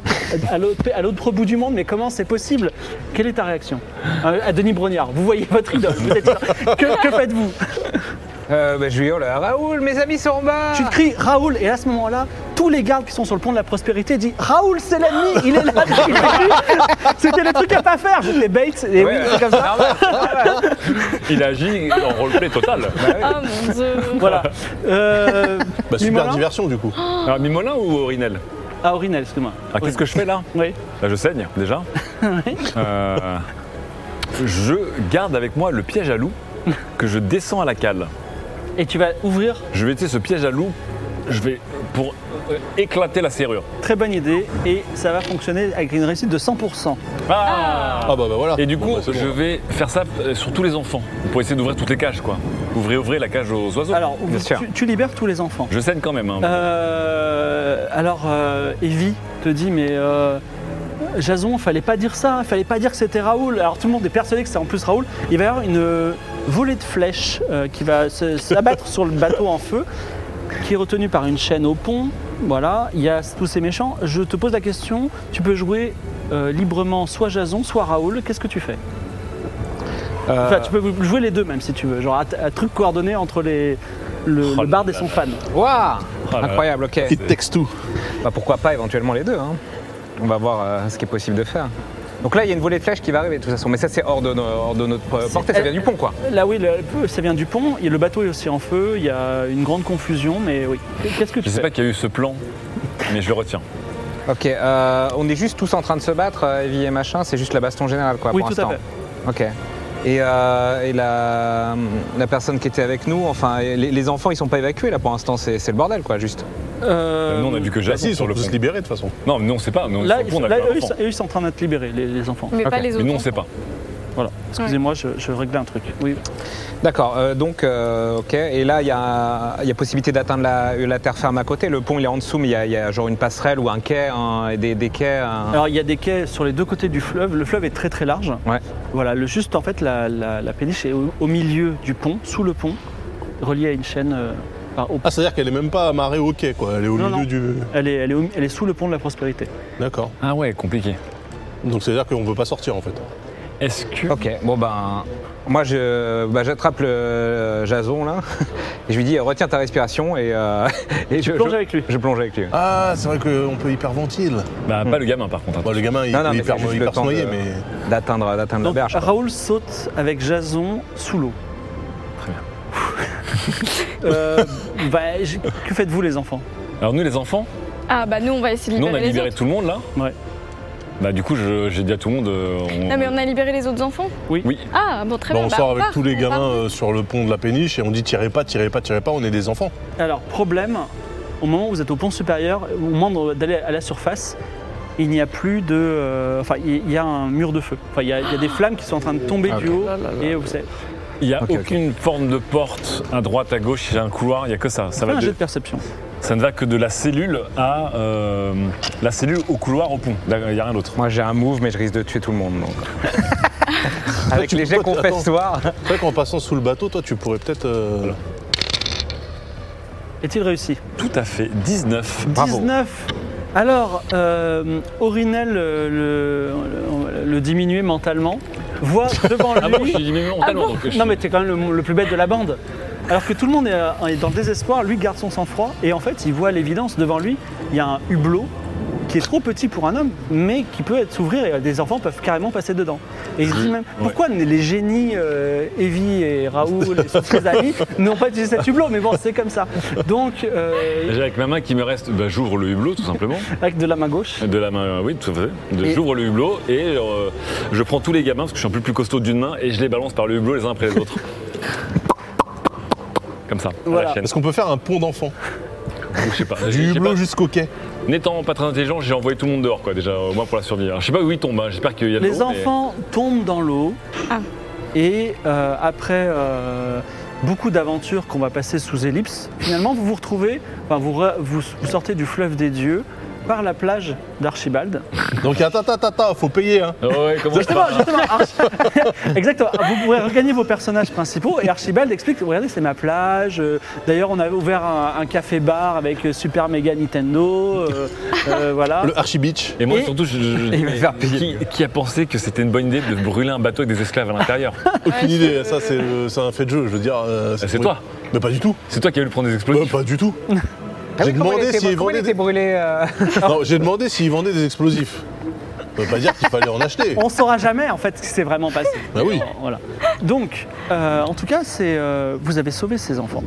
Speaker 2: à l'autre à l'autre bout du monde, mais comment c'est possible Quelle est ta réaction Euh, À Denis Brognard, vous voyez votre idole, vous êtes là. Que- que faites-vous
Speaker 6: Euh, bah, je lui hurle, Raoul, mes amis sont en bas
Speaker 2: Tu cries Raoul et à ce moment-là, tous les gardes qui sont sur le pont de la prospérité disent Raoul c'est l'ennemi, il est là, il est là. C'était le truc à pas faire, j'étais bait et oui,
Speaker 6: Ouais, euh,
Speaker 2: c'est comme ça.
Speaker 6: normal, normal.
Speaker 5: Il agit en roleplay total.
Speaker 4: Ah mon dieu.
Speaker 2: Voilà. Euh,
Speaker 3: Bah, super
Speaker 2: Mimolin
Speaker 3: diversion du coup. Ah,
Speaker 5: Alors, Mimolin Ah, ou Orinel
Speaker 2: Ah Aurinel, excuse-moi.
Speaker 5: Ah, Qu'est-ce que je fais là
Speaker 2: Oui.
Speaker 5: Bah, Je saigne déjà. Euh, je garde avec moi le piège à loup que je descends à la cale.
Speaker 2: Et tu vas ouvrir,
Speaker 5: Je vais essayer ce piège à loup, je vais pour euh, éclater la serrure.
Speaker 2: très bonne idée, et ça va fonctionner avec une réussite de 100%.
Speaker 5: Ah
Speaker 3: Ah bah, bah voilà.
Speaker 5: Et du coup,
Speaker 3: Bon, bah, c'est bon.
Speaker 5: je vais faire ça euh, sur tous les enfants pour essayer d'ouvrir toutes les cages, quoi. Ouvrez, ouvrez la cage aux oiseaux.
Speaker 2: Alors,
Speaker 6: Bien sûr.
Speaker 2: tu, tu libères tous les enfants.
Speaker 5: je saigne quand même. hein.
Speaker 2: Euh, alors, euh, Evie te dit, mais euh, Jason, fallait pas dire ça, fallait pas dire que c'était Raoul. Alors, tout le monde est persuadé que c'est en plus Raoul. Il va y avoir une euh, volée de flèches euh, qui va se- s'abattre sur le bateau en feu, qui est retenu par une chaîne au pont. Voilà, il y a tous ces méchants. Je te pose la question, tu peux jouer euh, librement soit Jason, soit Raoul. Qu'est-ce que tu fais
Speaker 6: Euh,
Speaker 2: Enfin, tu peux jouer les deux même si tu veux. Genre, un, un truc coordonné entre les, le,
Speaker 5: Oh
Speaker 2: le barde
Speaker 5: là
Speaker 2: et son
Speaker 5: là.
Speaker 2: fan.
Speaker 6: Waouh
Speaker 2: Oh
Speaker 5: Ah, bah,
Speaker 6: Incroyable, ok.
Speaker 3: It takes two.
Speaker 6: Bah, pourquoi pas éventuellement les deux hein. On va voir euh, ce qui est possible de faire. Donc là, il y a une volée de flèches qui va arriver de toute façon, mais ça c'est hors de, no- hors de notre euh, portée, ça vient du pont quoi.
Speaker 2: Là oui, le- ça vient du pont, et le bateau est aussi en feu, il y a une grande confusion, mais oui. Qu'est-ce que
Speaker 5: je
Speaker 2: tu
Speaker 5: sais
Speaker 2: fais
Speaker 5: pas qu'il y a eu ce plan, mais je le retiens.
Speaker 6: Ok, euh, on est juste tous en train de se battre, euh, Evie et machin, c'est juste la baston générale quoi
Speaker 2: Oui,
Speaker 6: pour
Speaker 2: tout à
Speaker 6: l'instant. Ok. Et, euh, et la, la personne qui était avec nous, enfin les, les enfants ils sont pas évacués là pour l'instant, c'est c'est le bordel quoi, juste.
Speaker 2: Euh,
Speaker 5: nous, on a vu que
Speaker 3: Bah
Speaker 5: Jason
Speaker 3: si, ils
Speaker 5: sur
Speaker 3: sont
Speaker 5: le
Speaker 3: tous
Speaker 5: pont.
Speaker 3: libérés de toute façon.
Speaker 5: Non, mais nous on sait pas. Nous, on-
Speaker 2: Là,
Speaker 5: sur le pont, on a
Speaker 2: là,
Speaker 5: vu un
Speaker 2: eux, ils
Speaker 5: enfant.
Speaker 2: sont- eux, ils sont en train d'être libérés, les, les enfants.
Speaker 4: Mais pas
Speaker 6: Ok.
Speaker 4: les autres.
Speaker 5: Mais nous on sait pas.
Speaker 2: Voilà. Excusez-moi, je, je réglais un truc. Oui.
Speaker 6: D'accord, euh, donc euh, ok, et là il y, a- il y a possibilité d'atteindre la, la terre ferme à côté, le pont il est en dessous mais il y a, il y a genre une passerelle ou un quai, un- et des, des quais. un-
Speaker 2: Alors il y a des quais sur les deux côtés du fleuve. Le fleuve est très très large.
Speaker 6: Ouais.
Speaker 2: Voilà, le juste en fait, la, la- la péniche est au, au milieu du pont, sous le pont, reliée à une chaîne. euh, par- au-
Speaker 3: Ah, c'est-à-dire qu'elle est même pas amarrée au quai, quoi. Elle est au
Speaker 2: Non,
Speaker 3: milieu
Speaker 2: non.
Speaker 3: du.
Speaker 2: elle, est, elle est au- elle est sous le pont de la prospérité.
Speaker 3: D'accord.
Speaker 5: Ah ouais, compliqué.
Speaker 3: Donc, c'est-à-dire qu'on peut pas sortir en fait.
Speaker 5: Est-ce que
Speaker 6: Ok, bon ben. Moi, je, bah, j'attrape le euh, Jason là, et je lui dis retiens ta respiration et, euh, et je,
Speaker 2: Plonge
Speaker 6: je-
Speaker 2: avec lui.
Speaker 6: je plonge avec lui.
Speaker 3: Ah, c'est vrai qu'on peut hyperventile.
Speaker 5: bah, pas le gamin par contre.
Speaker 3: Bon, le gamin, il
Speaker 6: Non, non,
Speaker 3: peut
Speaker 6: mais
Speaker 3: hyper,
Speaker 6: c'est juste
Speaker 3: hyper
Speaker 6: le temps
Speaker 3: se noyer,
Speaker 6: de-
Speaker 3: mais.
Speaker 6: D'atteindre, d'atteindre la
Speaker 2: Donc
Speaker 6: berge. quoi.
Speaker 2: Raoul saute avec Jason sous l'eau.
Speaker 5: Très bien.
Speaker 2: Euh, bah, j- que faites-vous les enfants
Speaker 5: Alors nous les enfants,
Speaker 4: Ah bah nous on va essayer de
Speaker 5: nous
Speaker 4: libérer
Speaker 5: on a
Speaker 4: les
Speaker 5: libéré
Speaker 4: autres.
Speaker 5: tout le monde là.
Speaker 2: Ouais.
Speaker 5: Bah du coup je- j'ai dit à tout le monde. euh, on-
Speaker 4: Non mais on a libéré les autres enfants.
Speaker 5: Oui.
Speaker 4: Ah bon très
Speaker 3: Bah,
Speaker 4: bien.
Speaker 3: on
Speaker 4: Bah,
Speaker 3: sort avec
Speaker 4: part,
Speaker 3: tous les
Speaker 4: on
Speaker 3: gamins
Speaker 4: part.
Speaker 3: euh, sur le pont de la péniche et on dit tirez pas, tirez pas, tirez pas, on est des enfants.
Speaker 2: Alors, problème, au moment où vous êtes au pont supérieur, au moment d'aller à la surface, il n'y a plus de. euh, enfin, il il y a un mur de feu. Enfin, il y a, il y a des flammes qui sont en train de tomber
Speaker 6: Ah,
Speaker 2: du
Speaker 6: ok.
Speaker 2: haut. Et vous savez.
Speaker 5: Il n'y a
Speaker 6: Ok, ok.
Speaker 5: aucune forme de porte à droite, à gauche, il y a un couloir, il n'y a que ça. Ça,
Speaker 6: Ah,
Speaker 2: Fais
Speaker 5: va
Speaker 2: un jet
Speaker 5: de-
Speaker 2: de perception.
Speaker 5: ça ne va que de la cellule à euh, la cellule au couloir au pont. Là, Il n'y a rien d'autre.
Speaker 6: Moi, j'ai un move, mais je risque de tuer tout le monde. Donc. avec les jets qu'on fait ce soir.
Speaker 3: C'est vrai qu'en passant sous le bateau, toi, tu pourrais peut-être. euh,
Speaker 2: Est-il réussi
Speaker 5: Tout à fait. 19.
Speaker 2: 19 Alors, euh, Aurinel, euh, le, le, le diminué mentalement, voit devant lui.
Speaker 5: Ah bon, je suis diminué mentalement. donc je-
Speaker 2: Non mais t'es quand même le, le plus bête de la bande. Alors que tout le monde est, euh, est dans le désespoir, lui garde son sang-froid et en fait il voit l'évidence devant lui. Il y a un hublot qui est trop petit pour un homme, mais qui peut être s'ouvrir et euh, des enfants peuvent carrément passer dedans. Et il se dit même pourquoi les génies euh, Evie et Raoul et ses amis n'ont pas utilisé cet hublot, mais bon c'est comme ça. Donc euh,
Speaker 5: J'ai avec ma main qui me reste, bah, j'ouvre le hublot tout simplement.
Speaker 2: avec de la main gauche.
Speaker 5: De la main, euh, oui, tout à fait. De-
Speaker 2: Et-
Speaker 5: J'ouvre le hublot et euh, je prends tous les gamins, parce que je suis un peu plus costaud d'une main, et je les balance par le hublot les uns après les autres. Comme ça, à
Speaker 2: Voilà.
Speaker 5: la chaîne.
Speaker 3: Est-ce qu'on peut faire un pont d'enfants
Speaker 5: Ou Bah, Je sais pas. j'ai-
Speaker 3: Du
Speaker 5: j'ai pas-
Speaker 3: hublot jusqu'au quai.
Speaker 5: N'étant pas très intelligent, j'ai envoyé tout le monde dehors, quoi, déjà, au moins pour la survie. Alors, je sais pas où ils tombent, hein, j'espère qu'il y a de
Speaker 2: Les
Speaker 5: l'eau, mais-
Speaker 2: enfants tombent dans l'eau
Speaker 4: Ah.
Speaker 2: et euh, après euh, beaucoup d'aventures qu'on va passer sous ellipse. Finalement, vous vous retrouvez, enfin, vous, re- vous, vous sortez du fleuve des dieux par la plage d'Archibald.
Speaker 3: Donc, attends, attends, attends, faut payer. Hein.
Speaker 5: ouais, comment
Speaker 2: Justement, justement, Arch- exactement. Vous pourrez regagner vos personnages principaux et Archibald explique regardez, c'est ma plage. euh, D'ailleurs, on avait ouvert un, café-bar avec euh, Super Mega Nintendo. euh, euh, voilà.
Speaker 5: Hein
Speaker 3: Le Archie Beach.
Speaker 5: Et moi,
Speaker 2: Et-
Speaker 5: surtout, je, je-
Speaker 6: Il va faire
Speaker 5: qui,
Speaker 6: payer.
Speaker 5: qui a pensé que c'était une bonne idée de brûler un bateau avec des esclaves à l'intérieur
Speaker 3: Aucune
Speaker 4: Ouais,
Speaker 3: idée,
Speaker 4: c'est-
Speaker 3: ça c'est le- c'est un fait de jeu, je veux dire. euh,
Speaker 5: C'est toi.
Speaker 3: Mais pas du tout.
Speaker 5: C'est toi qui as eu le prendre des
Speaker 3: Bah,
Speaker 5: explosifs
Speaker 3: pas du tout.
Speaker 6: Ah
Speaker 3: J'ai
Speaker 6: oui, comment
Speaker 3: demandé
Speaker 6: il était-
Speaker 3: s'ils
Speaker 6: comment il
Speaker 3: vendaient
Speaker 6: était
Speaker 3: des.
Speaker 6: brûlé. euh,
Speaker 3: Non, j'ai demandé s'ils vendaient des explosifs. Ça veut pas dire qu'il fallait en acheter.
Speaker 2: On saura jamais en fait ce qui s'est vraiment passé.
Speaker 3: Bah oui.
Speaker 2: Voilà. Donc, euh, en tout cas, c'est euh, vous avez sauvé ces enfants.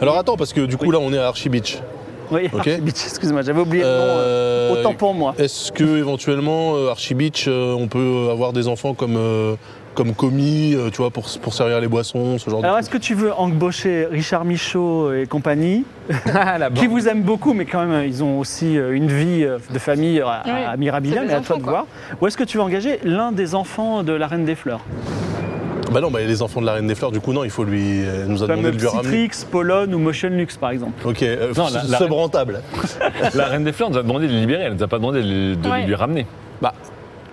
Speaker 3: Alors attends, parce que du coup là on est à Archie Beach.
Speaker 2: Oui.
Speaker 3: Ok.
Speaker 2: Archibald, Excuse-moi, j'avais oublié le nom. euh,
Speaker 3: Euh,
Speaker 2: Autant pour moi.
Speaker 3: Est-ce que éventuellement euh, Archie Beach, euh, on peut avoir des enfants comme, euh, comme commis, euh, tu vois, pour, pour servir les boissons, ce genre
Speaker 2: Alors,
Speaker 3: de
Speaker 2: est-ce que tu veux embaucher Richard Michaud et compagnie,
Speaker 6: ah, la
Speaker 2: qui
Speaker 6: bande.
Speaker 2: vous aiment beaucoup, mais quand même, ils ont aussi euh, une vie euh, de famille euh, à,
Speaker 4: Oui,
Speaker 2: à Mirabilia,
Speaker 4: c'est des
Speaker 2: mais à toi
Speaker 4: enfants,
Speaker 2: de
Speaker 4: quoi.
Speaker 2: voir. Ou est-ce que tu veux engager l'un des enfants de la Reine des Fleurs
Speaker 3: Bah non, bah, les enfants de la Reine des Fleurs, du coup non, il faut lui, elle nous a
Speaker 2: Comme
Speaker 3: demandé de lui ramener.
Speaker 2: Psytrix, Polone ou Motion Lux, par exemple.
Speaker 3: Ok, euh,
Speaker 5: Non, la- la-
Speaker 3: sub rentable.
Speaker 5: La reine des fleurs nous a demandé de les libérer, elle nous a pas demandé de, les- de
Speaker 4: Ouais.
Speaker 5: lui ramener.